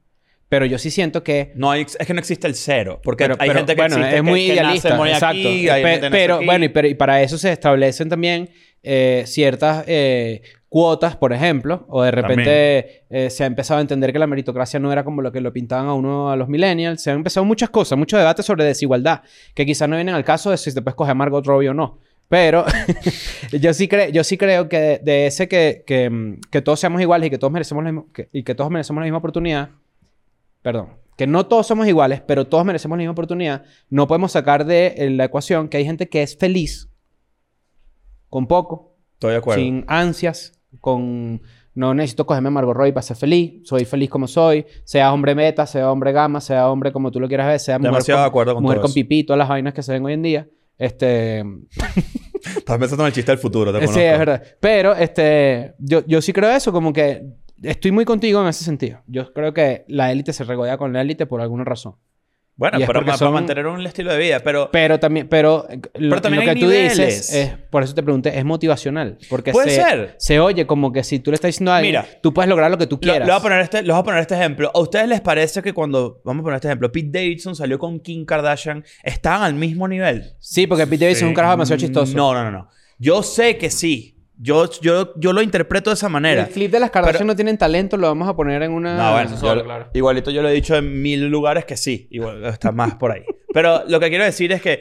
S3: Pero yo sí siento que
S1: No, hay- es que no existe el cero. Porque
S3: Pero-
S1: hay
S3: pero,
S1: gente que
S3: bueno,
S1: existe
S3: es
S1: que- que
S3: muy
S1: nace,
S3: idealista,
S1: muere
S3: exacto.
S1: aquí, hay
S3: Pe-
S1: gente que nace
S3: pero
S1: aquí.
S3: bueno, y, pero- y para eso se establecen también eh, ciertas eh, cuotas, por ejemplo, o de repente eh, se ha empezado a entender que la meritocracia no era como lo que lo pintaban a uno a los millennials, se han empezado muchas cosas, muchos debates sobre desigualdad, que quizás no vienen al caso de si te puedes coger a Margot Robbie o no. Pero (laughs) yo, sí cre- yo sí creo que de, de ese que, que, mm, que todos seamos iguales y que todos merecemos la misma, que- y que todos merecemos la misma oportunidad, perdón, que no todos somos iguales, pero todos merecemos la misma oportunidad, no podemos sacar de eh, la ecuación que hay gente que es feliz con poco,
S1: Estoy de acuerdo.
S3: sin ansias, con no necesito cogerme a Margot Robbie para ser feliz, soy feliz como soy, sea hombre meta, sea hombre gama, sea hombre como tú lo quieras ver, sea mujer
S1: Demasiado de
S3: con,
S1: acuerdo con
S3: mujer
S1: todo
S3: con
S1: eso.
S3: pipí, todas las vainas que se ven hoy en día. Este,
S1: Estás pensando en el chiste del futuro, te conozco.
S3: Sí, es verdad. Pero este, yo, yo sí creo eso, como que estoy muy contigo en ese sentido. Yo creo que la élite se regodea con la élite por alguna razón.
S1: Bueno,
S3: Y es
S1: pero
S3: porque
S1: ma- para
S3: son-
S1: mantener un estilo de vida. Pero
S3: Pero también, pero, eh, lo,
S1: Pero también
S3: lo que
S1: hay
S3: tú
S1: niveles.
S3: dices es, por eso te pregunté, es motivacional. Porque
S1: Puede
S3: se,
S1: ser.
S3: se oye como que si tú le estás diciendo a alguien,
S1: Mira.
S3: tú puedes lograr lo que tú
S1: lo-
S3: quieras.
S1: le voy a poner este, les voy a poner este ejemplo. ¿A ustedes les parece que cuando, vamos a poner este ejemplo, Pete Davidson salió con Kim Kardashian, estaban al mismo nivel?
S3: Sí, porque Pete Davidson es un carajo
S2: Mm,
S3: demasiado chistoso.
S1: No, no, no, no. Yo sé que sí. Yo, yo, yo lo interpreto de esa manera.
S3: El clip de las Kardashian no tienen talento, lo vamos a poner en una...
S1: No, bueno,
S4: eso
S1: yo
S4: solo,
S1: lo-
S4: claro.
S1: igualito yo lo he dicho en mil lugares que sí, igual está más por ahí. Pero lo que quiero decir es que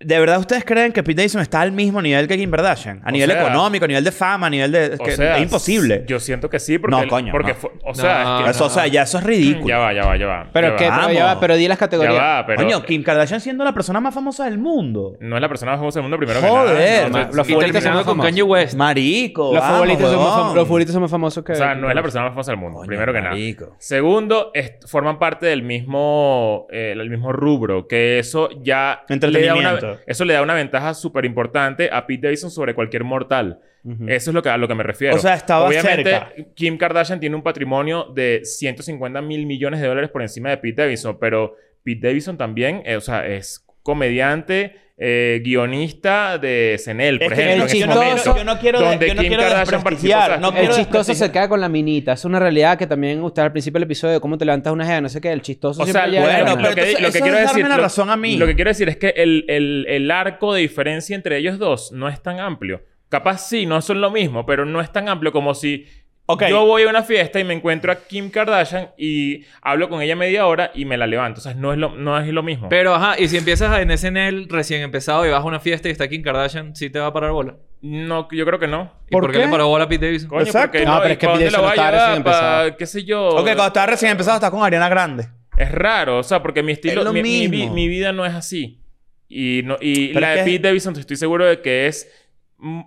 S1: de verdad ustedes creen que Pete Davidson está al mismo nivel que Kim Kardashian, a
S2: O
S1: nivel
S2: sea-
S1: económico, a nivel de fama, a nivel de es
S2: O
S1: que
S2: sea,
S1: es imposible.
S2: Yo siento que sí, porque.
S1: No, coño,
S2: porque
S1: no.
S2: fue- o sea,
S4: No,
S2: es que-
S1: Eso, o sea, ya eso es ridículo.
S2: Ya va, ya va, ya va.
S3: Pero,
S2: ya
S3: es que,
S2: va.
S3: pero, ya
S1: Vamos.
S3: va, pero di las
S2: Ya
S3: categorías.
S2: va, pero. eh,
S1: Coño, Kim Kardashian siendo la persona más famosa del mundo.
S2: No es la persona más famosa del mundo primero
S1: Joder,
S2: que nada.
S1: ma-
S2: Entonces,
S3: los
S2: y
S4: Y
S3: futbolistas
S2: terminando
S3: son
S4: terminando con
S3: más
S4: Kanye West.
S1: Marico.
S3: Los,
S1: vamos,
S3: futbolistas son más
S1: huevón.
S3: fam- los futbolistas son más famosos que...
S2: O sea, no es la persona más famosa del mundo,
S1: Coño,
S2: primero que nada.
S1: marico.
S2: Segundo, es- forman parte del mismo, eh, el mismo rubro, que eso ya le da una,
S1: Entretenimiento.
S2: eso le da una ventaja súper importante a Pete Davidson sobre cualquier mortal.
S3: Ujú.
S2: Eso es lo que, a lo que me refiero.
S1: Mm. O sea, estaba
S2: Obviamente,
S1: cerca.
S2: Kim Kardashian tiene un patrimonio de 150 mil millones de dólares por encima de Pete Davidson, pero Pete Davidson también, eh, o sea, es comediante, eh, guionista de SNL, por
S1: Es que
S2: ejemplo.
S1: el
S2: en ese
S1: chistoso-
S2: momento,
S1: yo no quiero de-
S2: donde
S1: yo no
S2: Kim
S1: quiero
S2: Kardashian
S1: desprestigiar,
S2: participó, o sea,
S1: no
S3: El
S1: quiero
S3: chistoso
S1: desprestigiar.
S3: se queda con la minita. Es una realidad que también usted al principio del episodio de cómo te levantas una jea, no sé qué. El chistoso
S2: O sea,
S3: siempre llega a
S1: bueno,
S3: ganar.
S1: pero-
S2: lo que,
S1: entonces,
S2: lo que
S1: eso
S2: quiero
S1: es darme
S2: decir,
S1: la
S2: lo-
S1: razón a mí.
S2: Lo que quiero decir es que el, el- el arco de diferencia entre ellos dos no es tan amplio. Capaz sí, no son lo mismo, pero no es tan amplio como si
S1: Ok.
S2: yo voy a una fiesta y me encuentro a Kim Kardashian y hablo con ella media hora y me la levanto. O sea, no es lo, no es lo mismo.
S4: Pero, ajá, y si empiezas en SNL recién empezado y vas a una fiesta y está Kim Kardashian, ¿sí te va a parar bola?
S2: no, yo creo que no.
S4: ¿Y
S3: ¿Por
S4: por, qué?
S3: qué?
S4: le paró bola a Pete Davidson?
S2: Coño,
S1: Exacto.
S2: porque
S3: No, pero es que
S2: ¿Y pa' dónde
S3: Pideza
S2: la
S3: no
S2: va a
S3: estaba recién
S2: llevar? Pa-
S3: empezado.
S2: qué sé yo.
S1: Ok, cuando estaba recién empezado estás con Ariana Grande.
S2: Es raro, o sea, porque mi estilo,
S1: Es lo
S2: mi, mi-
S1: mismo.
S2: mi vida no es así. Y, no, y
S1: Pero
S2: la
S1: es
S2: de
S1: que-
S2: Pete Davidson estoy seguro de que es mm,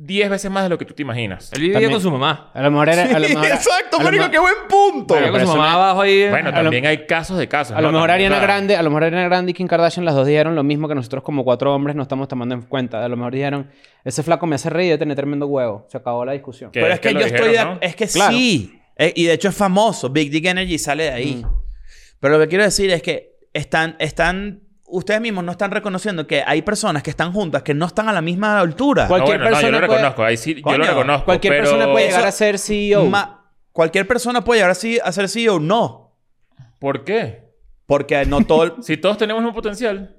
S2: 10 veces más de lo que tú te imaginas.
S4: Él vivía
S3: También.
S4: con su mamá.
S3: A lo mejor era... a lo mejor- a
S1: Exacto,
S3: lo
S1: marico,
S3: mejor-
S1: qué buen punto.
S4: Vivía con
S3: pero
S4: su
S3: eso
S4: mamá abajo ahí. eh.
S2: Bueno,
S3: a lo-
S2: también hay casos de casos.
S3: A lo
S2: ¿no?
S3: mejor
S2: También,
S3: Ariana
S2: claro.
S3: Grande, a lo mejor Ariana Grande y Kim Kardashian las dos dijeron lo mismo que nosotros como cuatro hombres no estamos tomando en cuenta. A lo mejor dijeron, ese flaco me hace reír de tener tremendo huevo. Se acabó la discusión.
S2: ¿Qué?
S1: Pero es que,
S2: lo
S1: yo estoy de
S2: dijeron, ¿no?
S1: Es que
S3: Claro.
S1: sí. Eh, y de hecho es famoso. Big Dick Energy sale de ahí.
S3: Mm.
S1: Pero lo que quiero decir es que están, están. Ustedes mismos no están reconociendo que hay personas que están juntas que no están a la misma altura.
S3: ¿Cuál-
S2: No,
S3: Cualquier
S2: bueno, no, yo
S3: persona
S2: lo
S3: puede-
S2: reconozco. Ahí sí, yo
S1: Coño,
S2: lo reconozco.
S3: Cualquier
S2: pero-
S3: persona puede llegar
S1: eso-
S3: a ser E
S1: E
S3: CEO.
S1: Ma- cualquier persona puede llegar así a ser CEO. No.
S2: ¿Por qué?
S1: Porque no todo. (laughs) el-
S2: Si todos tenemos un potencial.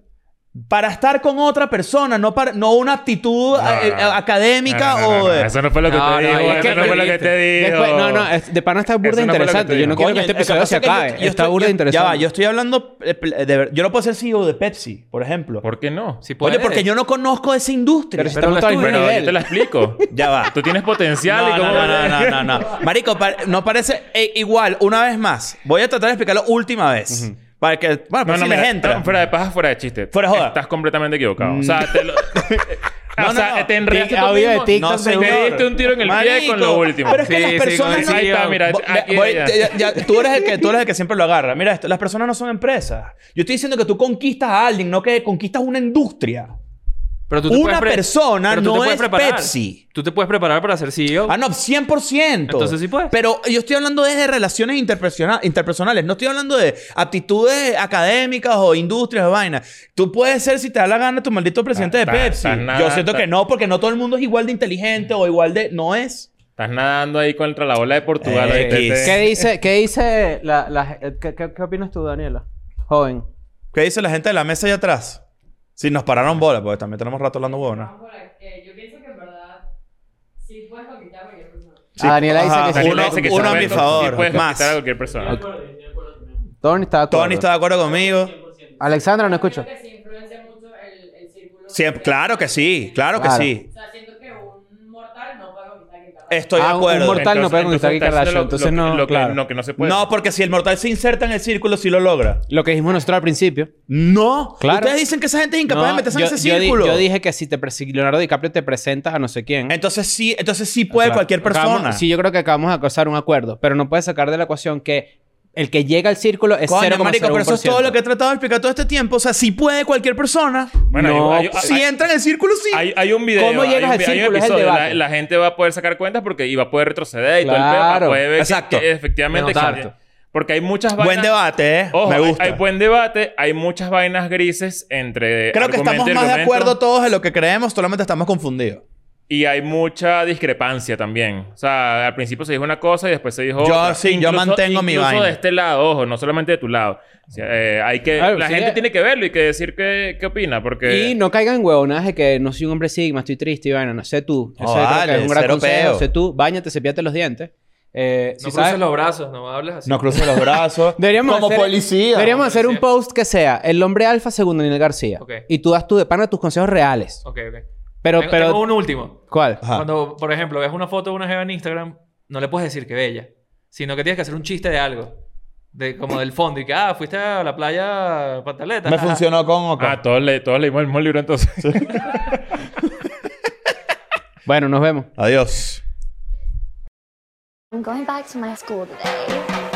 S1: para estar con otra persona, no, para, no una actitud
S2: No,
S1: eh,
S2: no, no.
S1: académica
S2: No, no, no,
S1: o
S2: no,
S1: de.
S2: Eso no fue lo que
S4: No,
S2: te dijo.
S4: no, es que
S2: Eso no fue lo que te dijo.
S3: Después- no, no, es- de pana está burda
S2: Eso no fue lo que
S3: interesante.
S2: te
S3: yo no
S2: digo.
S3: quiero que
S1: Coño,
S3: este
S1: lo
S3: episodio
S1: pasa
S3: se
S1: es que yo-
S3: acabe.
S1: yo
S3: está
S1: estoy-
S3: burda
S1: yo-
S3: interesante.
S1: Ya va, yo estoy hablando. eh, pl- de ver- yo no puedo ser CEO de Pepsi, por ejemplo.
S2: ¿Por qué no?
S4: Si
S1: Oye,
S4: puede.
S1: porque yo no conozco esa industria.
S3: Pero si
S4: Pero
S3: estamos
S4: no
S3: todos al
S4: estuve-
S3: mismo
S2: Bueno, yo te
S3: nivel.
S2: la
S3: (laughs)
S2: explico.
S1: Ya va.
S2: Tú tienes potencial y
S1: No,
S2: cómo-
S1: no, no, no, no, no, no. (laughs) Marico, pa- no parece eh, igual. Una vez más, voy a tratar de explicarlo última vez. Para que, bueno,
S2: No,
S1: pues
S2: no,
S1: si
S2: mira,
S1: les entra.
S2: no, fuera de paja, fuera de chiste.
S1: Fuera de joda. Mm.
S2: Estás completamente equivocado. O sea,
S1: (laughs)
S2: te lo... (laughs)
S1: No,
S2: o sea,
S1: no, no.
S2: te enredaste
S3: Tic-
S2: tú
S3: audio de
S2: mismo.
S3: tic-
S1: No,
S3: TikTok,
S1: señor.
S2: me diste un tiro en el pie con lo último.
S1: Pero es que
S4: Sí,
S1: las
S4: sí,
S1: personas
S4: con
S1: no...
S4: el
S2: Ahí está,
S4: Sí,
S2: mira.
S1: Vo-
S2: aquí,
S1: voy-
S2: ya.
S1: te- ya- ya, tú, eres el que, tú eres el que siempre lo agarra. Mira esto, las personas no son empresas. Yo estoy diciendo que tú conquistas a alguien, no que conquistas una industria.
S4: Pero tú
S1: Una
S4: pre-
S1: persona
S4: pero tú
S1: no
S4: te puedes
S1: es
S4: preparar.
S1: Pepsi.
S4: Tú te puedes preparar para ser E CEO.
S1: Ah, no, 100%.
S4: Entonces sí
S2: pues.
S4: puedes.
S1: Pero yo estoy hablando desde relaciones interpersona- interpersonales. No estoy hablando de aptitudes académicas o industrias o vainas. Tú puedes ser, si te da la gana, tu maldito presidente de
S2: Ta- ta-
S1: Pepsi.
S2: ta- nada-
S1: yo siento
S2: ta-
S1: que no, porque no todo el mundo es igual de inteligente o igual de... No es.
S2: Estás nadando ahí contra la ola de Portugal.
S1: Eh,
S2: ahí te- te-
S3: ¿Qué dice, qué dice la, la- eh, qué- qué- qué opinas tú, Daniela? Joven.
S1: ¿Qué dice la gente de la mesa allá atrás? Si nos pararon bola, porque también tenemos rato hablando huevonas.
S5: Vamos por aquí. Eh, yo pienso que en verdad sí puedes conquistar a cualquier persona.
S1: Sí,
S3: Ah, Daniela dice
S1: ajá,
S3: que sí.
S2: Daniela
S1: uno,
S2: dice que
S1: uno a
S2: Sabeto
S1: mi
S2: sí
S1: favor.
S2: puedes
S1: más.
S2: conquistar a cualquier persona.
S3: Tony está de acuerdo.
S1: Tony está de acuerdo conmigo.
S3: Alexandra, no escucho.
S5: Creo que sí influencia mucho el, el círculo.
S1: Siempre- claro que sí, claro,
S3: Claro.
S1: que sí.
S5: O sea, siento que un mortal no puede conquistar a Kim Kardashian.
S1: Estoy
S3: Ah,
S1: de
S3: un
S1: acuerdo.
S3: mortal no puede conquistar a Kim
S2: estás haciendo
S3: Kardashian,
S2: lo-
S3: entonces
S2: lo que-
S3: no,
S2: Lo que,
S3: claro.
S2: lo que no se puede.
S1: no, porque si el mortal se inserta en el círculo, sí lo logra.
S3: Lo que dijimos nosotros al principio.
S1: No.
S3: Claro.
S1: Ustedes dicen que esa gente es incapaz de
S3: No,
S1: meterse
S3: yo-
S1: en ese
S3: yo di-
S1: círculo.
S3: Yo, dije que si, te, pre- si Leonardo DiCaprio te presenta a no sé quién.
S1: entonces sí, entonces sí puede
S3: Claro.
S1: cualquier persona.
S3: Acabamos- sí, yo creo que acabamos de acosar un acuerdo, pero no puedes sacar de la ecuación que El que llega al círculo es
S1: Coño,
S3: 0,01%.
S1: marico, pero eso es todo lo que he tratado de explicar todo este tiempo. O sea, si puede cualquier persona.
S2: Bueno,
S3: No,
S2: hay, hay- hay-
S1: si entra en el círculo, sí.
S2: hay- hay un video.
S3: ¿Cómo
S2: hay
S3: llegas
S2: un
S3: al
S2: vi- hay un
S3: círculo? Es el
S2: episodio, la,
S3: debate.
S2: la gente va a poder sacar cuentas porque y va a poder retroceder y todo el pedo para
S3: Claro.
S2: poder ver que-
S1: Exacto.
S2: que efectivamente.
S4: Bueno,
S2: que-
S4: tanto.
S2: porque hay muchas vainas.
S1: Buen debate, ¿eh?
S2: Ojo,
S1: Me
S2: hay-
S1: gusta.
S2: Hay, buen debate, hay muchas vainas grises entre.
S1: Creo que
S2: argumento
S1: estamos
S2: y
S1: más de
S2: argumento,
S1: acuerdo todos en lo que creemos, solamente estamos confundidos.
S2: Y hay mucha discrepancia también. O sea, al principio se dijo una cosa y después se dijo.
S1: Yo
S2: otra.
S1: sí, yo mantengo mi
S2: incluso
S1: vaina.
S2: de este lado, ojo, no solamente de tu lado. O sea, eh, hay que,
S3: Claro,
S2: la
S3: sí,
S2: gente
S3: eh.
S2: tiene que verlo y que decir qué, qué opina, porque.
S3: Y no caigan en huevonadas de que no soy un hombre sigma, estoy triste y vaina. No sé tú. Eso
S1: Oh,
S3: creo que
S1: vale,
S3: es un gran
S1: cero
S3: consejo.
S1: peo.
S3: Sé tú, bañate, cepillate los dientes. Eh,
S4: No
S3: si
S4: cruces
S3: sabes-
S4: los brazos, no me hables así.
S1: No cruces los brazos.
S3: Deberíamos
S1: Como
S3: hacer-
S1: policía.
S3: Deberíamos hacer un
S4: Policía.
S3: post que sea el hombre alfa según Daniel García.
S4: Ok.
S3: Y tú das tu de pana tus consejos reales.
S4: Ok, ok.
S3: Pero,
S4: tengo,
S3: pero.
S4: tengo un último.
S3: ¿Cuál?
S1: Ajá.
S4: Cuando, por ejemplo, ves una foto de una jeva en Instagram, no le puedes decir que bella, sino que tienes que hacer un chiste de algo. De, como del fondo y que, ah, fuiste a la playa pantaleta.
S1: Me
S4: ajá.
S1: funcionó con Oco.
S2: Ah, todos, le, todos leímos el mismo libro entonces.
S3: Bueno, nos vemos.
S1: Adiós.
S6: I'm going back to my school today.